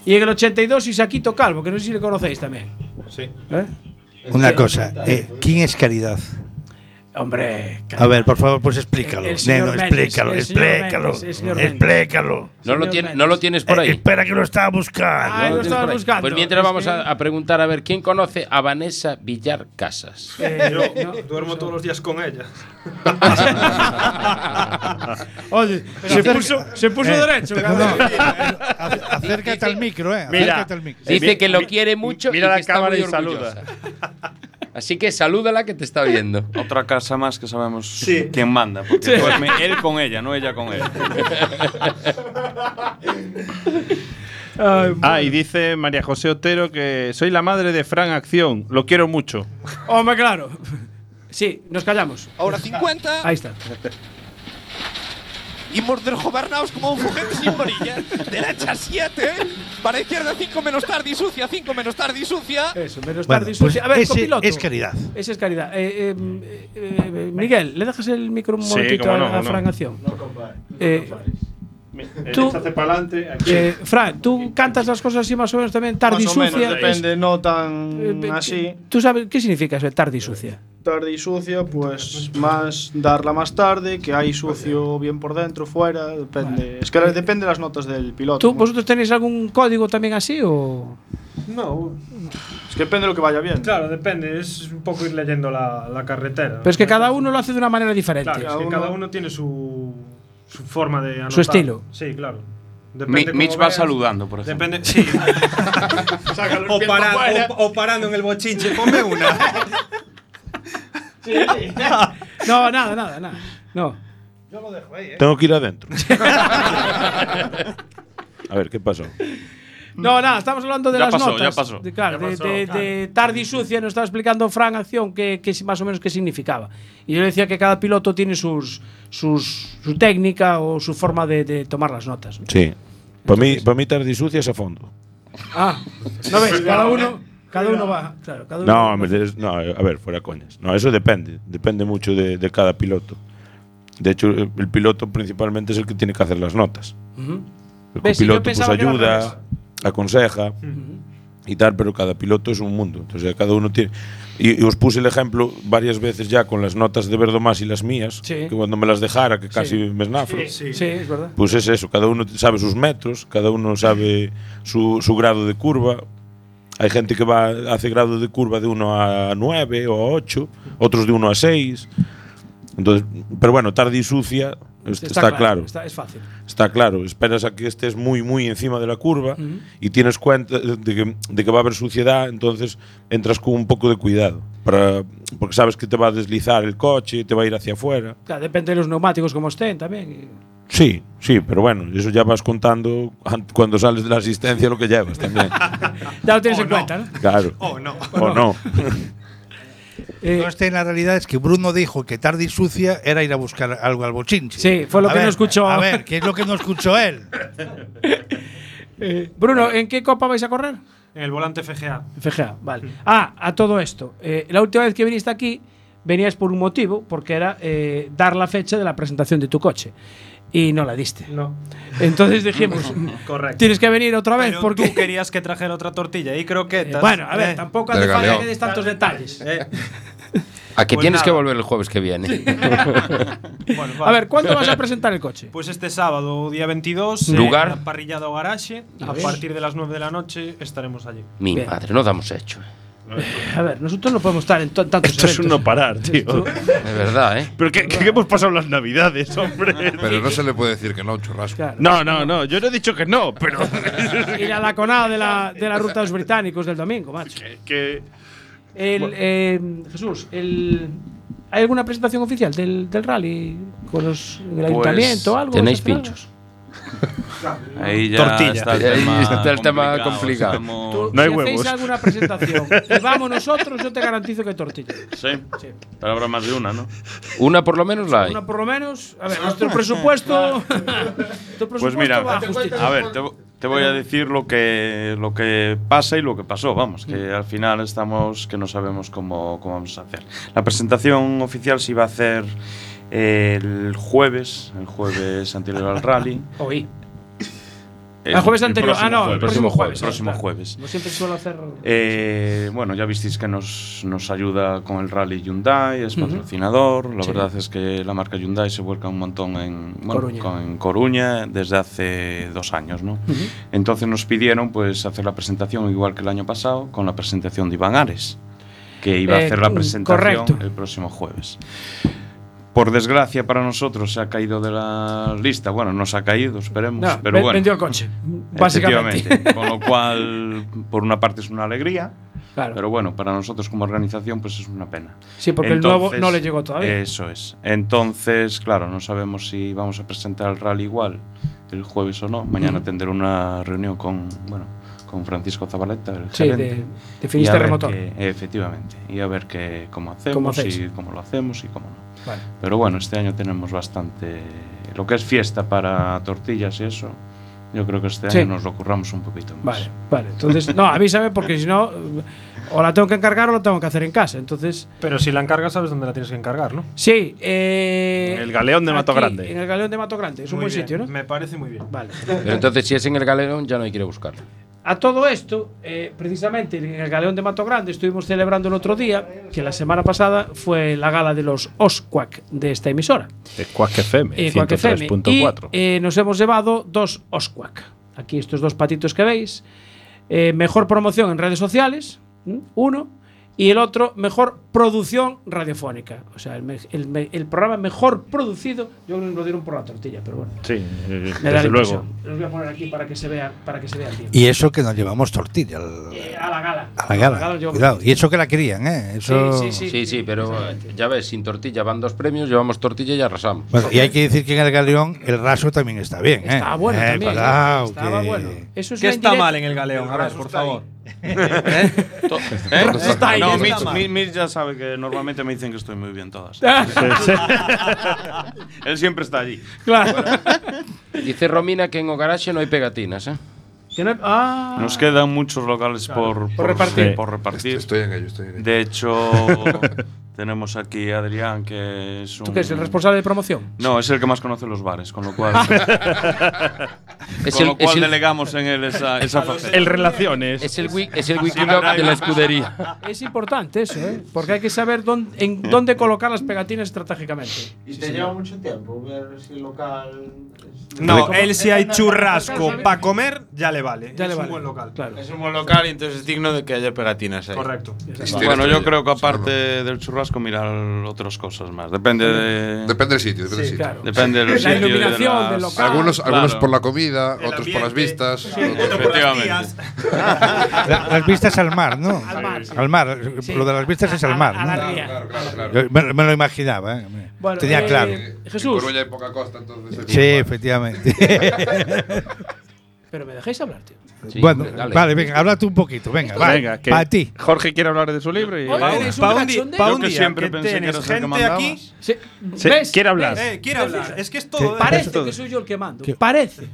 Y en el 82 Isaquito Calvo, que no sé si le conocéis también. ¿Eh? Sí.
Una cosa, eh, ¿quién es Caridad?
Hombre,
A ver, por favor, pues explícalo.
El señor
Neno,
Méndez,
explícalo,
el señor
explícalo.
Méndez, el señor Méndez.
Explícalo.
No lo, tiene- no lo tienes por
Eh,
ahí.
espera que lo estaba buscando.
No
Ah, lo
tienes
estaba
por ahí.
buscando.
Pues mientras
Es
vamos
que-
a, a preguntar a ver quién conoce a Vanessa Villar Casas.
Eh,
Yo duermo todos los días con ella.
Oye, se puso, se
Eh,
puso derecho. cabrón.
Acércate al micro, eh.
Mira,
acércate al micro.
Dice que lo quiere mucho
mira
y
la
que está
cámara
muy
y saluda.
orgullosa. Así que salúdala que te está viendo.
Otra casa más que sabemos quién manda, porque
Sí.
duerme él con ella, no ella con él.
Ah, y dice María José Otero que soy la madre de Fran Acción, lo quiero mucho.
Hombre, claro. Sí, nos callamos.
Ahora 50.
Ahí está.
Y morder gobernaos como un fugente sin varilla. Derecha 7. Para izquierda 5 menos tarde y sucia. 5 menos tarde y sucia.
Eso, menos
Bueno,
tarde y
pues
sucia. A ver,
ese
copiloto.
es caridad.
Ese es caridad. Eh, eh, eh, eh, Miguel, ¿le dejas el micro un
Sí,
momentito
cómo no,
a, a
cómo no.
Fran Acción? Eh,
Tú.
tú, eh, Fran, tú cantas las cosas así más o menos también, tarde
Más o
y
menos,
sucia.
depende, no
Eh,
tan
ve-
así.
¿Tú sabes qué significa eso de tarde y sucia?
Tarde y sucia, pues más darla más tarde, que hay sucio bien por dentro, fuera, depende. Es que depende de las notas del piloto.
¿Tú, pues- ¿Vosotros tenéis algún código también así o...?
No. Es que depende de lo que vaya bien.
Claro, depende, es un poco ir leyendo la, la carretera.
Pero es que cada uno lo hace de una manera diferente.
Claro, es que cada uno tiene su, su forma de anotar.
Su estilo.
Sí, claro.
Mi-
cómo
Mitch va
veas.
saludando, por ejemplo.
Depende, sí. Saca los
O,
pies
para-
para afuera.
o- o parando en el bochinche, ponme una.
No, nada, nada, nada. No.
Yo lo dejo ahí, ¿eh?
Tengo que ir adentro. a ver, ¿qué pasó?
No, nada, estamos hablando de
Ya
las
pasó,
notas.
ya pasó.
De, claro,
Ya
de-
pasó,
de-
claro.
de tarde y sucia nos estaba explicando Fran Acción que, que si más o menos qué significaba. Y yo le decía que cada piloto tiene sus, sus, su técnica o su forma de, de tomar las notas.
Sí. Para mí, para mí tarde y sucia es a fondo.
Ah, ¿no ves? Cada uno, cada uno va. Claro, cada uno
No, hombre, es- no, a ver, fuera coñas. No, eso depende. Depende mucho de, de cada piloto. De hecho, el piloto principalmente es el que tiene que hacer las notas.
Ujú.
El
¿Ves? Y yo
copiloto pues
pensaba que era al revés.
ayuda, aconseja y tal, pero cada piloto es un mundo. Entonces cada uno tiene. Y, y os puse el ejemplo varias veces ya con las notas de Verdomás y las mías,
Sí.
que cuando me las dejara, que casi me esnafro.
Sí, es verdad.
Pues es eso, cada uno sabe sus metros, cada uno sabe su, su grado de curva. Hay gente que va hace grado de curva de 1 a 9 o a 8, otros de 1 a 6. Entonces, pero bueno, tarde y sucia est- está, claro.
está- es fácil.
Está claro, esperas a que estés muy, muy encima de la curva
Ujú.
y tienes cuenta de que, de que va a haber suciedad, entonces entras con un poco de cuidado, para, porque sabes que te va a deslizar el coche, te va a ir hacia afuera.
Claro, depende de los neumáticos como estén también. y-
Sí, sí, pero bueno, eso ya vas contando an- cuando sales de la asistencia lo que llevas también.
Ya lo tienes en cuenta, ¿no?
Claro. O no.
Eh,
Conste en la realidad es que Bruno dijo que tarde y sucia era ir a buscar algo al bochinche.
Sí, fue lo
A
que
ver,
no escuchó.
A ver, ¿qué es lo que no escuchó él?
Eh, Bruno, ¿en qué copa vais a correr?
En el volante FGA.
FGA, vale. Ah, a todo esto. eh, la última vez que viniste aquí, venías por un motivo, porque era eh, dar la fecha de la presentación de tu coche. Y no la diste.
No.
Entonces dijimos,
Correcto.
tienes que venir otra vez
Pero
porque. Eh,
tú querías que trajera otra tortilla y croquetas.
bueno, a
eh,
ver, tampoco hace
Del
falta
Galeón.
que des tantos detalles.
A que
Pues
tienes
nada.
que volver el jueves que viene.
Bueno,
A ver, ¿cuándo vas a presentar el coche?
Pues este sábado, día 22,
Lugar.
en la parrillada o garaje,
A
a
ver.
partir de las 9 de la noche estaremos allí.
Mi madre, no damos hecho. eh.
A ver, nosotros no podemos estar en to- tantos
Esto es
eventos.
un no parar, tío. De verdad, ¿eh?
Pero que, que hemos pasado las navidades, hombre.
Pero no se le puede decir que no, churrasco.
Claro.
No, no, no. Yo no he dicho que no, pero.
Ir a la conada de la, de la ruta de los británicos del domingo, macho.
que-
El, eh, Jesús, el- ¿hay alguna presentación oficial del, del rally con los,
Pues
el ayuntamiento o algo?
Tenéis
¿Se hace algo?
pinchos.
Ahí ya está el tema complicado, estamos- No hay
si
huevos.
hacéis alguna presentación y vamos nosotros, yo te garantizo que tortilla.
Sí. Pero habrá más de una, ¿no?
Una por lo menos la hay.
Una por lo menos. A ver, nuestro presupuesto. nuestro
Pues
presupuesto
mira,
va justito.
a ver, te, te voy a decir lo que, lo que pasa y lo que pasó, vamos,
Mm.
que al final estamos que no sabemos cómo, cómo vamos a hacer. La presentación oficial se iba a hacer eh, el jueves, el jueves anterior al rally.
Hoy. El jueves anterior.
próximo
Ah, no, el próximo jueves.
próximo
Ah, claro.
jueves.
Como siempre suelo hacer.
Eh, bueno, ya visteis que nos, nos ayuda con el rally Hyundai, es
Ujú.
patrocinador. La
Sí.
verdad es que la marca Hyundai se vuelca un montón en bueno,
Coruña.
con- en Coruña desde hace dos años, ¿no? Entonces nos pidieron pues hacer la presentación igual que el año pasado, con la presentación de Iván Ares, que iba
Eh,
a hacer la
mm,
presentación
correcto.
el próximo jueves. Por desgracia para nosotros se ha caído de la lista. Bueno, no se ha caído, esperemos.
No,
pero
ven-
bueno.
vendió el coche, básicamente.
Efectivamente. Con lo cual, por una parte es una alegría,
Claro.
pero bueno, para nosotros como organización pues es una pena.
Sí, porque el nuevo no le llegó todavía.
Eso es. Entonces, claro, no sabemos si vamos a presentar el rally igual el jueves o no. Mañana
Ujú.
tendré una reunión con, bueno, con Francisco Zabaleta, el
Sí,
gerente.
de- de
Y a
Finisterre
ver
Motor.
qué- efectivamente. Y a ver qué cómo hacemos
hacéis?
y cómo lo hacemos y cómo no.
Vale.
Pero bueno, este año tenemos bastante. Lo que es fiesta para tortillas y eso, yo creo que este
Sí.
año nos lo curramos un poquito más.
Vale, vale. Entonces, no, avísame porque si no, eh, o la tengo que encargar o lo tengo que hacer en casa. Entonces,
Pero si la encargas, sabes dónde la tienes que encargar, ¿no?
sí. eh,
En el Galeón de Mato
aquí,
Grande.
En el Galeón de Mato Grande. Es un
Muy
buen
bien,
sitio, ¿no?
Me parece muy bien.
Vale.
Pero entonces, si es en el galerón, ya no hay que ir a buscarlo.
A todo esto, eh, precisamente en el Galeón de Mato Grande estuvimos celebrando el otro día, que la semana pasada fue la gala de los Oscuac de esta emisora.
Eh, Quack FM,
Eh, Quack FM.
103.4.
Y, eh, nos hemos llevado dos Oscuac. Aquí estos dos patitos que veis. Eh, mejor promoción en redes sociales, ¿m? uno. Y el otro, mejor producción radiofónica. O sea, el, me- el me- el programa mejor producido, yo creo que lo dieron por la tortilla, pero bueno.
Sí, eh,
Me da la
desde luego.
impresión. Los voy a poner aquí para que se vea, para que se vea el tiempo.
Y eso que nos llevamos tortilla al-
Eh, a la gala.
a la gala.
los llevamos
Cuidado. Y eso que la querían, ¿eh? Eso...
sí, sí, pero eh, ya ves, sin tortilla van dos premios, llevamos tortilla y arrasamos.
Bueno, y hay que decir que en el galeón el raso también está bien, ¿eh?
Está bueno
Eh,
también,
cuidado,
estaba
que-
bueno.
Eso es
¿Qué
una
está
indirecta.
mal en el galeón? A ver, por favor.
¿Eh? To- ¿Eh?
Está ahí,
no,
está
Mitch,
mal.
Mitch- Mitch ya sabe que normalmente me dicen que estoy muy bien todas.
Sí,
Él siempre está allí.
Dice Romina que en Ogarache no hay pegatinas, ¿eh?
Que no hay- ah.
Nos quedan muchos locales por, por,
repartir.
por repartir.
Estoy en ello, estoy en ello.
De hecho, tenemos aquí a Adrián, que es un.
qué es, el responsable de promoción?
No, es el que más conoce los bares, con lo cual.
Es
con
el-
lo cual
es el-
delegamos en él esa, esa faceta.
Es el, wi- es el
Sí,
Wikiloc
ahora
de la
hay-
escudería.
Es importante eso, ¿eh? Porque hay que saber dónde, en dónde colocar las pegatinas estratégicamente.
¿Y te lleva mucho tiempo ver si el local.
No, él si hay churrasco para comer, ya le vale.
Ya le
es
vale,
un buen local.
Claro.
Es
un buen local y entonces es digno de que haya pegatinas ahí.
Correcto.
Bueno, yo creo que aparte del churrasco mirar otras cosas más. Depende de...
Depende del sitio, depende del sitio.
Depende del sitio y de las-
Algunos, algunos
Claro.
por la comida, otros por las vistas. otros-
La- las vistas al mar, ¿no? Al mar. Lo de las vistas es al mar.
a
¿no?
la ría. Claro, claro,
claro.
Yo me, me lo imaginaba, ¿eh?
Bueno,
Tenía
eh,
claro.
Jesús.
En Coruña hay poca costa, entonces hay
Sí,
poco mar.
efectivamente.
Pero me dejáis hablar, tío.
bueno, vale, venga, habla tú un poquito, venga, va.
Venga, que
Para ti.
Jorge quiere hablar de su libro y.
Oye,
Pa' un, pa' un di- pa' un día que tienes gente aquí.
Sí, ¿ves? quiere hablar.
Eh, quiere hablar. Es que es
Sí.
todo.
Parece
¿eh? que soy yo el que mando. Parece.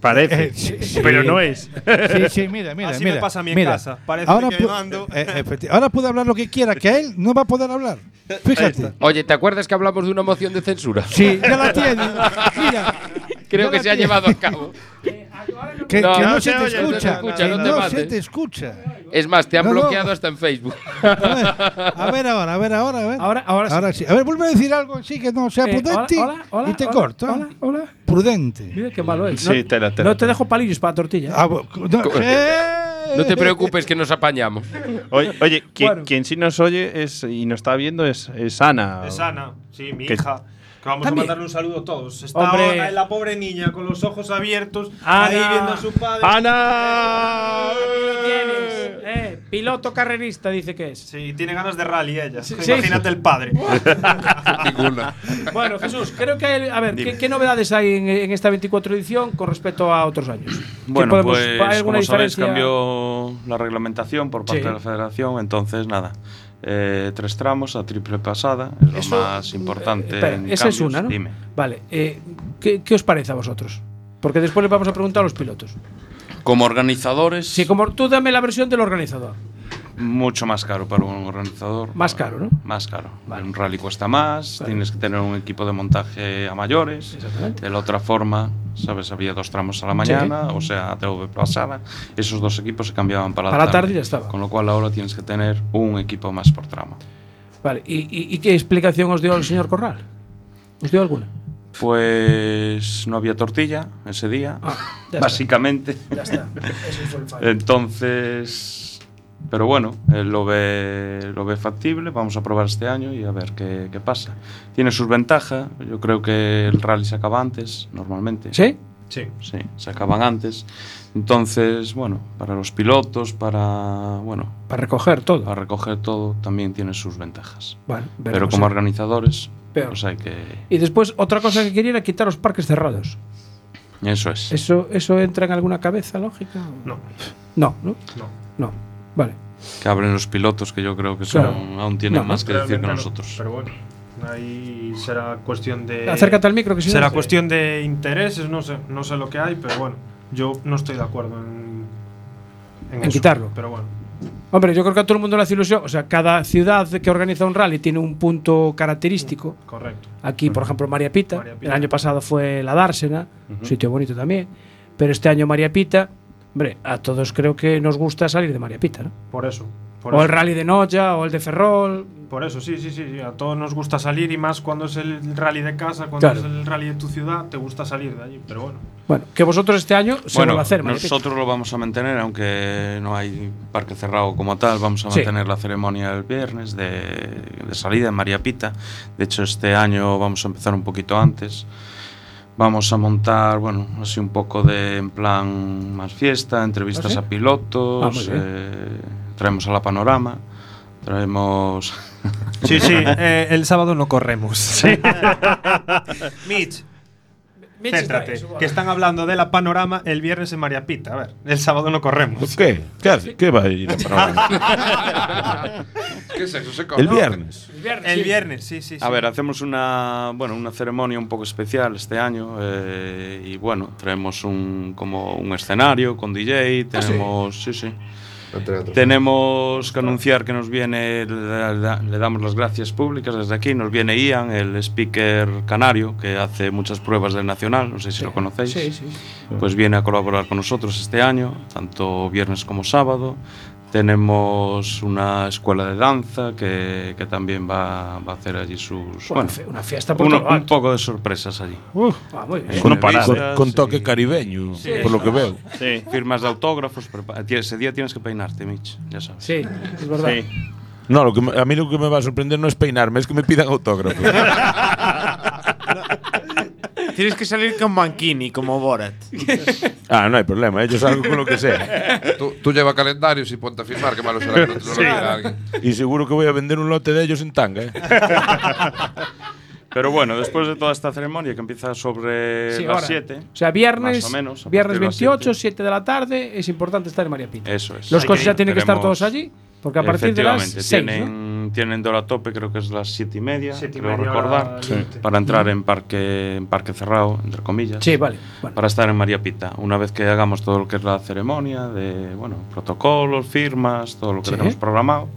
Parece.
Eh, sí, sí.
Pero no es.
Sí, sí, mira, mira.
Así me
mira,
pasa a mí en
mira.
casa. Parece que
pu-
mando.
eh, efecti- ahora puede hablar lo que quiera, que a él no va a poder hablar. Fíjate.
Oye, ¿te acuerdas que hablamos de una moción de censura?
Sí, ya la tiene. Mira. ya
Creo que
la
se ha
tiene.
llevado a cabo.
Que que
No,
no,
no
se,
se
te
oye, no se
escucha.
escucha,
que
no te
se
mates.
te escucha.
Es más, te han
No, no.
bloqueado hasta en Facebook.
A ver ahora, a ver ahora, a ver.
Ahora, ahora, sí.
sí. A ver, vuelve a decir algo, sí, que no sea
Eh, hola,
prudente.
hola, hola,
y te
hola,
corto. ¿eh?
hola, hola.
Prudente.
Mira qué malo es.
Sí,
no,
tela, tela,
no te dejo palillos para la tortilla. ¿eh?
Ah, bu- no,
No te preocupes que nos apañamos.
Oye, oye, quien,
Bueno.
quien sí nos oye es, y nos está viendo es, es Ana.
Es Ana, sí, mi
Que-
hija. Que vamos
También.
a mandarle un saludo a todos. Está
Hombre.
ahora la pobre niña con los ojos abiertos,
Ana.
ahí viendo a su padre.
¡Ana!
Tienes, eh, piloto carrerista, dice que es.
Sí, tiene ganas de rally ella.
Sí,
Imagínate el padre.
Ninguna.
Bueno, Jesús, creo que. hay- A ver,
Dime.
¿qué, qué novedades hay en, en esta 24 edición con respecto a otros años? ¿Qué
Bueno,
podemos-
pues
¿hay alguna
como sabéis
diferencia?
cambió la reglamentación por parte
Sí.
de la federación, entonces nada. eh, tres tramos a triple pasada es
Eso, eh,
lo más importante.
Espera,
en
esa es
cambios.
una, ¿no?
Dime.
Vale, eh, ¿qué, qué os parece a vosotros? Porque después le vamos a preguntar a los pilotos.
Como organizadores,
Sí, como tú dame la versión del organizador.
mucho más caro para un organizador.
Más caro, ¿no?
Más caro. Un rally cuesta más, tienes que tener un equipo de montaje a mayores. De la otra forma, ¿sabes? Había dos tramos a la mañana, o sea, TV pasada. Esos dos equipos se cambiaban para la
Para la
tarde.
tarde y ya estaba.
Con lo cual ahora tienes que tener un equipo más por tramo.
Vale, ¿y, y- y qué explicación os dio el señor Corral? ¿Os dio alguna?
Pues no había tortilla ese día,
Ah, ya está.
básicamente.
Ya está. Ese fue el fallo.
Entonces, pero bueno, eh, lo ve, lo ve factible, vamos a probar este año y a ver qué, qué pasa. Tiene sus ventajas, yo creo que el rally se acaba antes, normalmente.
¿Sí?
Sí.
Sí, se acaban antes. Entonces, bueno, para los pilotos, para, bueno,
Para recoger todo.
para recoger todo, también tiene sus ventajas.
Bueno,
pero
veremos,
como
eh.
organizadores,
Peor.
pues hay que...
Y después, otra cosa que quería era quitar los parques cerrados.
Eso es.
¿Eso, eso entra en alguna cabeza lógica? No. No, ¿no?
No.
No. Vale.
Que hablen los pilotos, que yo creo que
Claro.
son, aún tienen
No,
más que decir que
Realmente no,
nosotros.
Pero bueno, ahí será cuestión de.
Acércate al micro, que si no-
Será
Sí.
cuestión de intereses, no sé, no sé lo que hay, pero bueno, yo no estoy de acuerdo en.
En
eso,
quitarlo.
Pero bueno.
Hombre, yo creo que a todo el mundo le hace ilusión. O sea, cada ciudad que organiza un rally tiene un punto característico.
Correcto.
Aquí, por ejemplo, María Pita. El año pasado fue la Dársena, un sitio bonito también. Pero este año María Pita, hombre, a todos creo que nos gusta salir de María Pita, ¿no?
Por eso. Por
o el
eso.
rally de Noya, o el de Ferrol.
Por eso, sí, sí, sí, sí, A todos nos gusta salir y más cuando es el rally de casa, cuando
Claro.
es el rally de tu ciudad, te gusta salir de allí. Pero bueno.
Bueno, que vosotros este año se
bueno,
vuelva a hacer, Malpica.
nosotros lo vamos a mantener, aunque no hay parque cerrado como tal. Vamos a
Sí.
mantener la ceremonia el viernes de, de salida en María Pita. De hecho, este año vamos a empezar un poquito antes. Vamos a montar, bueno, así un poco de en plan más fiesta, entrevistas
¿Ah, sí?
a pilotos,
Ah, muy bien.
eh, traemos a la panorama, traemos.
Sí, sí, eh, el sábado no corremos.
Mitch.
Mitch Céntrate, que están hablando de la panorama el viernes en María Pita. A ver, el sábado no corremos.
¿Qué? ¿Qué hace? ¿Qué va a ir a parar?
¿Qué es eso? ¿Se
El viernes.
El viernes,
El
sí.
viernes, sí, sí.
A ver, hacemos una, bueno, una ceremonia un poco especial este año eh, y bueno, traemos un, como un escenario con DJ,
Ah, sí.
tenemos, sí, sí. Tenemos que anunciar que nos viene, le, da- le damos las gracias públicas desde aquí, nos viene Ian, el speaker canario, que hace muchas pruebas del Nacional, no sé si lo conocéis.
Sí, sí.
Pues viene a colaborar con nosotros este año, tanto viernes como sábado. Tenemos una escuela de danza que, que también va, va a hacer allí sus...
Una fe- una fiesta por
uno-
todo lo
un
alto.
poco de sorpresas allí.
Ah, muy bien.
Con, con- con toque caribeño,
Sí.
por lo que veo.
Sí. Firmas de autógrafos. prepa- tie- Ese día tienes que peinarte, Mitch, ya sabes.
Sí, es verdad.
No, lo que me- a mí lo que me va a sorprender no es peinarme, es que me pidan autógrafo.
Tienes que salir con Mankini, como Borat.
ah, no hay problema, ellos salgo con lo que sea.
Tú, tú lleva calendarios y ponte a firmar, qué malo será que no te lo
Sí.
diga alguien.
Y seguro que voy a vender un lote de ellos en tanga. ¿eh?
Pero bueno, después de toda esta ceremonia que empieza sobre
Sí, ahora.
las 7.
O sea, viernes,
¿eh? Más o menos. a
viernes
partir de
28, 7 de la tarde, es importante estar en María Pita.
las- Eso es.
Los coches ya tienen que estar
Tenemos-
todos allí, porque a partir de las
Efectivamente,
6, ¿no?
tienen, tienen hora tope, creo que es las 7 y media,
Siete y
creo
media,
recordar,
hora Sí. límite.
para entrar en parque, en parque cerrado, entre comillas.
Sí, vale,
Para estar en María Pita. Una vez que hagamos todo lo que es la ceremonia, de bueno, protocolos, firmas, todo lo que
Sí.
tenemos programado,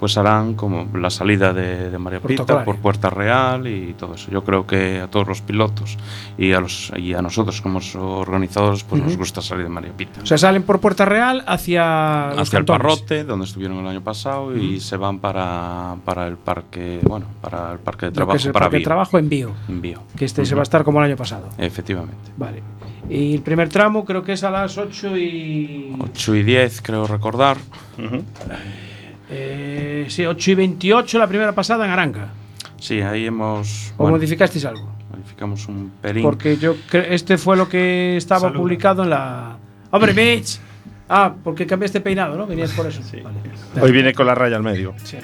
pues harán como la salida de, de María Pita
Protocolario.
por Puerta Real y todo eso. Yo creo que a todos los pilotos y a, los, y a nosotros como organizadores, pues nos
Ujú.
gusta salir de María Pita
O sea, salen por Puerta Real hacia, los
hacia el
cantones.
Parrote, donde estuvieron el año pasado, y se van para, para el parque, bueno, para el parque de
Lo que
trabajo,
es el
para
parque de
Bio.
trabajo en Bio.
En Bio.
Que este se
Ujú.
va a estar como el año pasado.
Efectivamente.
Vale. Y el primer tramo creo que es a las 8 y.
8 y 10, creo recordar.
eh, sí, 8 y 28, la primera pasada en Aranca.
Sí, ahí hemos.
¿O modificasteis algo?
Modificamos un pelín.
Porque yo cre- este fue lo que estaba
Saluda.
publicado en la. ¡Hombre, Mitch! Ah, porque cambiaste peinado, ¿no? Venías por eso. Vale.
Hoy viene con la raya al medio.
Sí.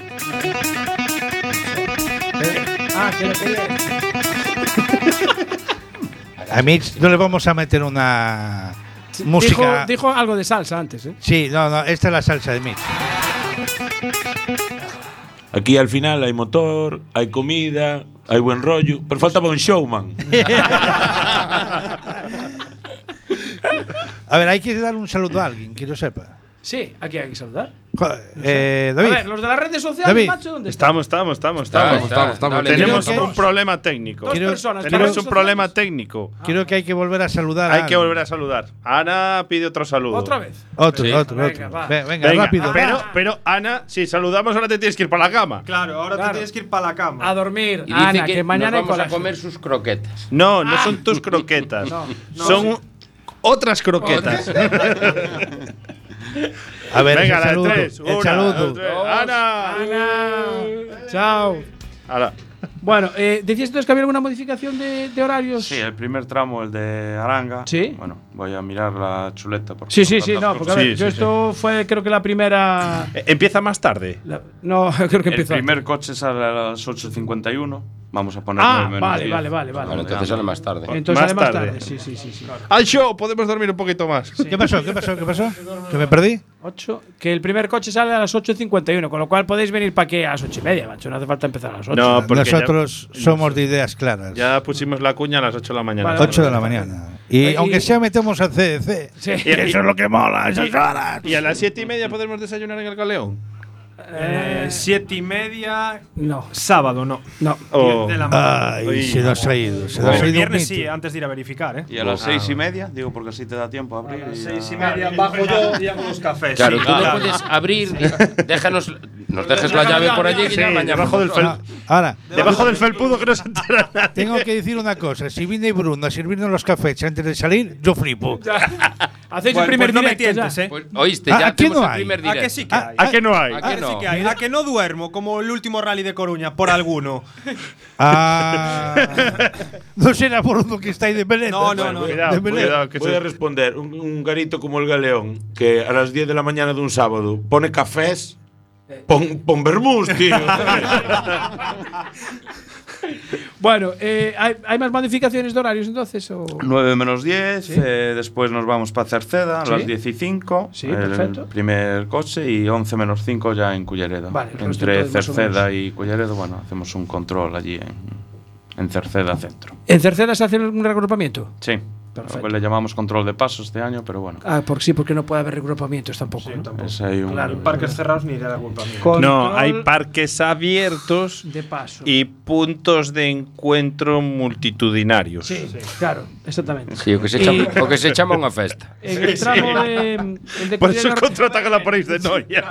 Ah, que lo quería.
A mí no le vamos a meter una música.
Dijo, dijo algo de salsa antes, ¿eh?
Sí, no, no, esta es la salsa de Mitch.
Aquí al final hay motor, hay comida, hay buen rollo, pero faltaba un showman.
A ver, hay que dar un saludo a alguien, que lo sepa.
Sí, aquí hay que saludar.
Joder, eh,
A
David.
ver, los de las redes sociales,
David.
macho, ¿dónde están?
Estamos, estamos, estamos, estamos.
estamos, estamos.
Tenemos
Creo que-
un problema técnico.
Dos Creo- personas,
Tenemos
creo-
un problema técnico.
Creo que hay que volver a saludar.
Hay que volver a saludar. Ana pide otro saludo.
¿Otra vez? Otro, otro, otro. Ve- venga, rápido.
Pero, pero Ana, si saludamos, ahora te tienes que ir para la cama.
Claro, ahora te tienes que ir para la cama.
A dormir.
Y dice Ana, que que mañana nos hay vamos a
vamos a
colegio.
comer
comer sus croquetas.
No, no son tus croquetas. son otras croquetas.
A ver,
Venga,
el
la de
saludo,
tres.
el
Una,
saludo.
dos, tres. Ana.
Uh, Chao. Bueno, eh, decías entonces que había alguna modificación de, de horarios.
Sí, el primer tramo, el de Aranga. Sí. Bueno, voy a mirar la chuleta. Porque
Sí, sí,
son
sí, Eh,
tantas
no, porque a
cosas.
ver, yo esto fue creo que la primera.
Eh, Empieza más tarde.
No, creo que
el
empezó.
primer coche sale a las 8.51. Vamos a poner
Ah,
nueve menos
vale,
10.
vale, vale, vale. Bueno, entonces sale más tarde.
Entonces Más sale más tarde. tarde,
Sí, sí, sí. sí.
Al show, podemos dormir Ah, un poquito más.
¿Qué pasó? ¿Qué pasó? ¿Qué pasó? ¿Que me perdí?
8, que el primer coche sale a las 8.51, con lo cual podéis venir para que a las 8 y media, macho. No hace falta empezar a las 8.
No, porque ya-
Nosotros somos de ideas claras.
Ya pusimos la cuña a las 8 de la mañana.
8 de la mañana. Y
Oye,
aunque
y-
sea, metemos a CDC.
Sí.
Que Eso es lo que mola, esas
Y-
horas.
Y a las 7 y media podemos desayunar en el galeón.
Eh, siete y media.
No.
Sábado, no.
No.
Diez de la mañana.
Ay, se nos ha ido. Se
Bueno,
nos ha ido
el
un
viernes
mito.
sí, antes de ir a verificar, ¿eh?
Y a las seis y media, digo, porque así te da tiempo a abrir. A las
seis y media bajo yo y hago los cafés.
Claro,
Sí,
tú no
claro.
puedes abrir. Déjanos. Nos dejes la
Déjame
llave
la
por allí y
Sí,
ya mañana.
debajo del fel- Ah, Ahora.
Debajo del felpudo que no se entera nadie.
Tengo que decir una cosa, si viene Bruno a servirnos los cafés antes de salir, yo flipo.
Hacéis
Bueno,
el primer
pues no me
directo ya.
tientes, ¿eh? Pues,
Oíste,
¿A-
ya
a qué
hacemos
no
el
hay? Ah,
primer
¿A
directo.
¿A que sí que hay?
¿A que no?
sí que hay? ¿A que no duermo como el último rally de Coruña, por alguno?
Ah, no será Bruno que está ahí de peleta.
Bueno,
de
voy, a-
peleta.
voy a responder. Un, un garito como el Galeón, que a las 10 de la mañana de un sábado pone cafés, pon, pon vermús, tío.
Bueno, eh, ¿hay, hay más modificaciones de horarios entonces? O?
9 menos 10, eh, después nos vamos para Cerceda a
Sí.
las 10 y 5,
Sí,
el
perfecto.
primer coche, y 11 menos 5 ya en Culleredo.
Vale, el resto
Entre
entonces, más o
Cerceda y Culleredo, bueno, hacemos un control allí en, en Cerceda Centro.
¿En Cerceda se hace algún regrupamiento?
Sí, lo que le llamamos control de pasos este año, pero bueno.
Ah, por, sí, porque no puede haber regrupamientos tampoco. ¿no?
Es ahí un-
Claro.
Parques cerrados ni iré a la culpa mía.
No, hay parques abiertos
de paso.
y puntos de encuentro multitudinarios.
Sí, claro, exactamente.
Sí, o que se
Y-
chama- o que se chama unha festa.
En el
Sí,
tramo
sí.
de. El de
Por eso
Culleredo-
contratan a la París de Noia.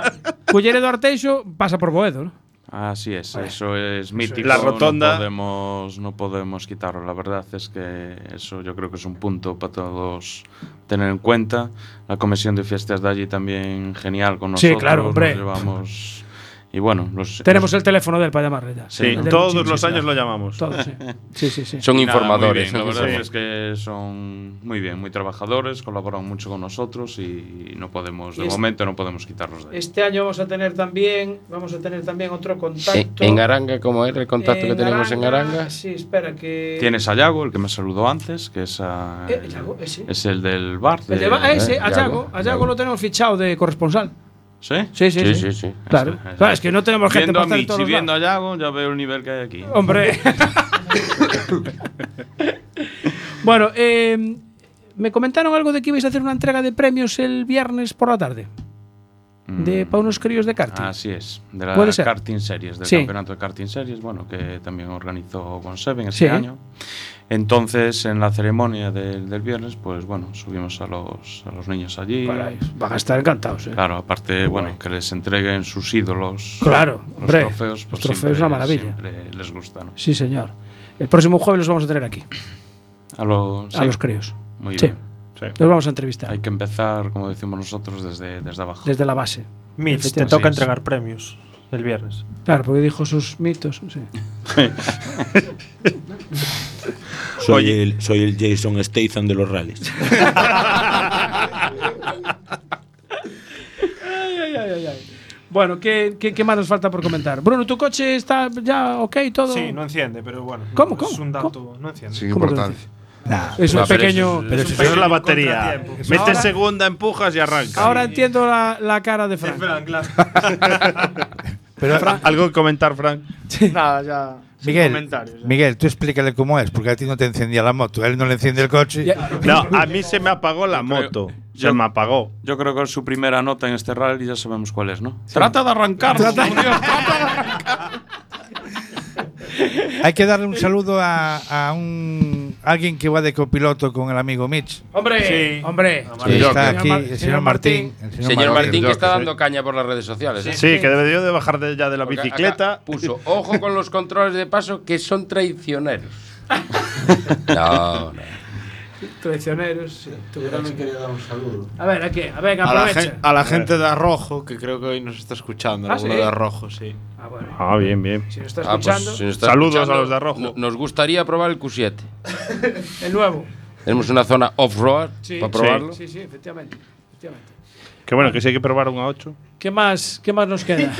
Culleredo Arteixo pasa por Boedo, ¿no?
Así es, eso es mítico.
La rotonda.
No podemos, no podemos quitarlo. La verdad es que eso yo creo que es un punto para todos tener en cuenta. La comisión de fiestas de allí también genial con
Sí,
nosotros.
claro, hombre.
Nos llevamos. Y bueno, los,
Tenemos el teléfono del para llamarle ya.
Sí,
El del
todos
Luchín,
los
sí,
años
sí.
lo llamamos.
Todos, sí. Sí, sí, sí.
Son
Y
informadores,
muy bien,
¿no?
La verdad
Sí.
es que son muy bien, muy trabajadores, colaboran mucho con nosotros y no podemos,
Y
de
es-
momento no podemos quitarlos de ahí.
Este año vamos a tener también, vamos a tener también otro
En,
contacto.
en Aranga, ¿cómo es el contacto que
En
tenemos en Aranga?
Sí, espera que
Tienes a Yago, el que me saludó antes, que es, a-
Eh, Yago, ese.
es el del bar. eh,
El de- ah, ese, a Yago, a Yago lo tenemos fichado de corresponsal.
¿Sí?
Sí, sí, sí.
sí, sí.
Claro.
Ahí está, ahí está.
Claro, es que no tenemos gente
viendo
para estar
a
en todos
Michi,
los
viendo a Yago, ya veo el nivel que hay aquí.
Hombre. bueno, eh, me comentaron algo de que ibais a hacer una entrega de premios el viernes por la tarde.
Mm.
De para unos críos de karting.
Así es, de la
Puede ser.
Karting Series, del
Sí.
campeonato de Karting Series, bueno, que también organizó One Seven
Sí.
este año. Entonces, en la ceremonia del, del viernes, pues bueno, subimos a los, a los niños allí.
Caray, van a estar encantados, ¿eh?
Claro, aparte, bueno, que les entreguen sus ídolos.
Claro,
los
hombre,
trofeos,
los
pues
trofeos
siempre-
es una maravilla.
Siempre les gusta, ¿no?
Sí, señor. El próximo jueves los vamos a tener aquí.
A los,
A los críos.
Muy
Sí.
bien.
Los vamos a entrevistar.
Hay que empezar, como decimos nosotros, desde, desde abajo.
Desde la base.
Mitch, te
Efectivamente.
toca entregar premios el viernes.
Claro, porque dijo sus mitos. sí.
soy, el, soy el Jason Statham de los rallies.
Ay, ay, ay, ay, ay. Bueno, ¿qué, qué, qué más nos falta por comentar? Bruno, ¿tu coche está ya ok todo?
Sí, no enciende, pero bueno.
¿Cómo,
Es
cómo?
un dato, no enciende.
Sin
¿Cómo que
importancia.
Es un
No, pero
pequeño.
eso- pero eso es la batería.
contratiempo.
Mete
Ahora-
segunda, empujas y arranca.
Ahora entiendo la, la cara de Frank.
Pero-
Fran- algo que comentar, Frank.
Nada, ya. sin
Miguel,
¿eh?
comentarios.
Miguel, tú explícale cómo es, porque a ti no te encendía la moto, a él no le enciende el coche.
No, a mí se me apagó la moto. Se me apagó.
Yo creo que es su primera nota en este rally ya sabemos cuál es, ¿no? Trata de arrancar.
Hay que darle un saludo a, a un alguien que va de copiloto con el amigo Mitch.
Hombre, hombre.
Sí, está aquí el señor Martín. el
Señor, Martín, que está dando caña por las redes sociales. ¿eh?
Sí, que debió de bajar de- ya de la
Porque acá
bicicleta.
Puso, ojo con los controles de paso que son traicioneros. no, no.
ah,
Traicioneros. sí, tú
Yo también
verás.
quería dar un saludo.
A ver, aquí, a ver,
A la,
aprovecha.
gen- a la gente de Arrojo, que creo que hoy nos está escuchando,
Ah,
alguno
¿sí?
de Arrojo, sí.
Ah, bueno.
Ah, bien, bien.
Si nos está
Ah, pues,
escuchando,
si nos está
Saludos
escuchando,
a los de Arrojo.
no- Nos gustaría probar el Q7.
el nuevo.
Tenemos una zona off-road
Sí,
para probarlo.
Sí, sí, efectivamente. efectivamente.
Que bueno, que sí hay que probar un A8.
¿Qué más, ¿Qué más nos queda?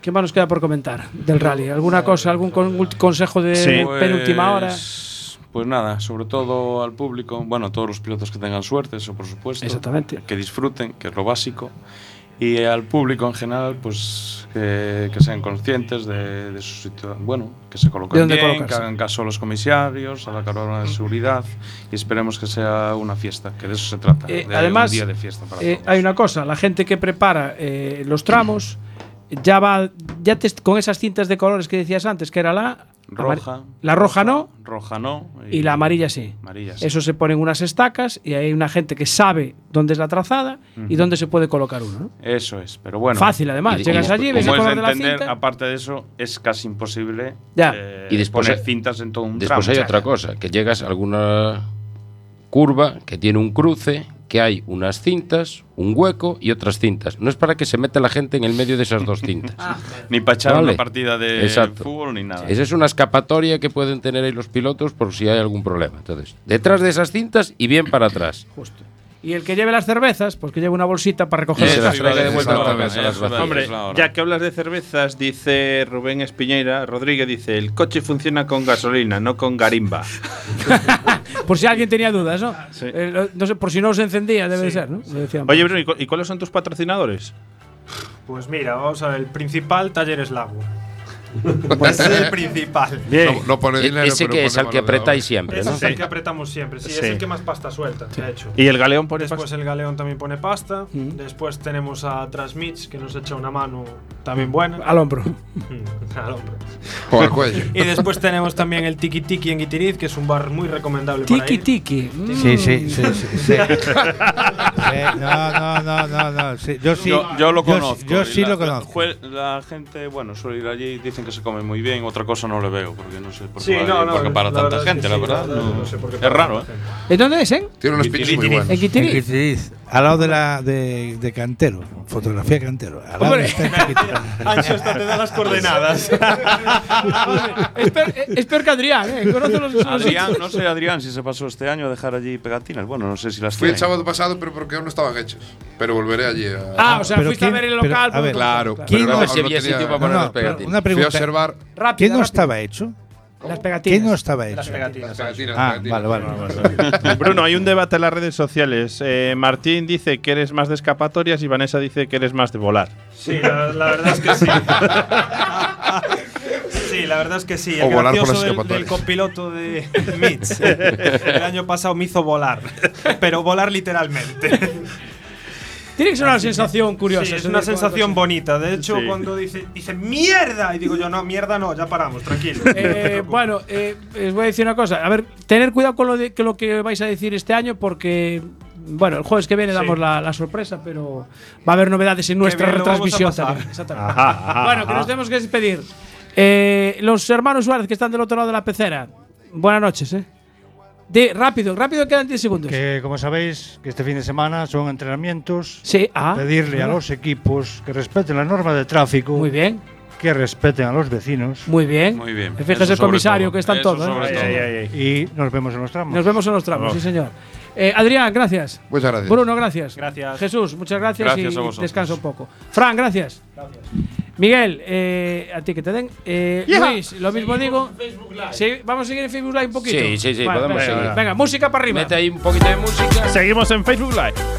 ¿Qué más nos queda por comentar del rally? ¿Alguna cosa, algún con- ulti- consejo de penúltima hora?
Pues nada, sobre todo al público, bueno, a todos los pilotos que tengan suerte, eso por supuesto.
Exactamente.
Que disfruten, que es lo básico. Y al público en general, pues que, que sean conscientes de, de su situación, bueno, que se
¿De
coloquen
dónde
bien, que
colocarse?
hagan caso a los comisarios, a la carona de seguridad y esperemos que sea una fiesta, que de eso se trata.
Eh,
de
además,
un día de fiesta para
eh,
todos.
hay una cosa, la gente que prepara eh, los tramos ya va, ya te- con esas cintas de colores que decías antes, que era la
Roja.
amar- la roja no,
Roja no.
y la amarilla sí.
Amarilla sí.
Eso se ponen unas estacas y hay una gente que sabe dónde es la trazada y
Ujú.
dónde se puede colocar uno. ¿no?
Eso es, pero bueno.
Fácil, además.
Y-
Llegas
como-
allí, ves
como
el
es de
color de la
entender,
cinta.
Aparte de eso, es casi imposible
Ya.
eh,
Y después
poner
hay-
cintas en todo un
Después
tramo.
hay otra cosa, que llegas a alguna curva que tiene un cruce, que hay unas cintas, un hueco y otras cintas. No es para que se meta la gente en el medio de esas dos cintas.
Ah. Ni para echar una partida de fútbol ni nada.
Esa es una escapatoria que pueden tener ahí los pilotos por si hay algún problema. Entonces, detrás de esas cintas y bien para atrás.
Y el que lleve las cervezas, pues que lleve una bolsita para recoger
Eso,
las
y la de vuelta a la mesa, las vacías.
Hombre, ya que hablas de cervezas, dice Rubén Espiñeira, Rodríguez dice, el coche funciona con gasolina, no con garimba.
Por si alguien tenía dudas,
Ah,
¿no? Eh, lo- no sé, por si no se encendía, debe de ser, ¿no? Lo decían.
Oye, Bruno, ¿y cu- ¿y cuáles son tus patrocinadores?
Pues mira, vamos a ver, el principal taller es Lago. Pues es el principal.
No- no pone eh, E- dinero, ese pero que es pone al que valor. apretáis siempre,
Ese
¿no?
Es
Sí.
el que apretamos siempre, sí,
Sí.
es el que más pasta suelta, de hecho.
¿Y el galeón pone
Después
pasta? Mm.
el galeón también pone pasta. Después tenemos a Transmits, que nos echa una mano también buena.
Al hombro.
Mm, al hombro.
O al cuello.
Y después tenemos también el Tiki Tiki en Guitiriz, que es un bar muy recomendable para
Tiki
ir.
tiki.
mm.
Sí, sí, sí, sí, sí. Eh, no, no, no, no, no. sí, yo sí.
yo, yo lo
yo sí-
conozco.
Yo,
y
sí
la-
lo conozco.
jue- La, gente, bueno, suele ir allí y dicen que se come muy bien. Otra cosa no le veo, porque no sé por
Sí,
qué, va
no,
allí,
no,
por qué para
la
tanta
verdad es que
gente,
sí,
la
la
verdad.
verdad
no.
no sé por qué
es
para
raro, ¿eh?
tanta
¿En dónde es, eh?
Tiene unos pinchos muy buenos.
¿En Guitiriz?
En Guitiriz, Al lado de la de, de Cantero, fotografía de Cantero. Al lado
Hombre.
está
este
el Guitiriz.
Ancho, hasta te da las coordenadas.
es, peor, es peor que Adrián, ¿eh? Conoce los, los-
Adrián, no sé, Adrián, si se pasó este año a dejar allí pegatinas. Bueno, no sé si las
Fui el
tiene.
sábado pasado, pero porque aún no estaban hechos. Pero volveré allí. A...
Ah, o sea, Pero fuiste a quién- ver el pero, local, a
Claro,
ver,
claro.
¿quién
pero
no-
aún
Ese había sitio
tenía-
para poner
No, no, pero una
Fui a
pregunta.
observar.
¿Qué
Rápida,
no
rápida.
estaba hecho?
Las pegatinas.
¿Qué no estaba
Las
hecho?
pegatinas.
Ah, vale, vale.
Bruno, hay un debate en las redes sociales. Eh, Martín dice que eres más de escapatorias y Vanessa dice que eres más de volar.
Sí, la, la verdad es que sí. Sí, la verdad es que sí. El
O volar por
gracioso
las
del- del,
escapatorias.
copiloto de Mitch el año pasado me hizo volar, pero volar literalmente.
Tiene que ser una sensación curiosa.
Sí, es
eso
una
de cuando
sensación
se-
bonita. De hecho,
Sí.
cuando dice, dice mierda, y digo yo, no, mierda no, ya paramos, tranquilo.
Eh, bueno, eh, os voy a decir una cosa. A ver, tener cuidado con lo, de, que lo que vais a decir este año porque, bueno, el jueves que viene
Sí.
damos la, la sorpresa, pero va a haber novedades en nuestra
bien lo vamos a
retransmisión
pasar.
también. Exactamente.
Ajá, ajá,
bueno, que
ajá.
nos tenemos que despedir. Eh, los hermanos Suárez que están del otro lado de la pecera, buenas noches, ¿eh? De, rápido, rápido, quedan 10 segundos.
Que como sabéis, que este fin de semana son entrenamientos.
Sí, ah,
pedirle a
bueno.
los equipos que respeten la norma de tráfico.
Muy bien.
Que respeten a los vecinos.
Muy bien. Muy bien. Fíjese Eso el sobre comisario, todo. que están Eso todos, ¿eh? sobre
Ay,
todo.
ay, ay, ay. Y nos vemos en los tramos.
Nos vemos en los tramos,
Oh.
sí, señor. Eh, Adrián, gracias.
Muchas gracias.
Bruno, gracias.
Gracias.
Jesús, muchas gracias,
Gracias
y
a vosotros.
descansa un poco. Fran, gracias. Miguel, eh, a ti que te den. Eh,
Yeah.
Luis, lo mismo digo. Sí, vamos a seguir en Facebook Live un poquito.
Sí, sí, sí,
Vale,
podemos
venga,
seguir.
Venga, música para arriba.
Mete ahí un poquito de música.
Seguimos en Facebook Live.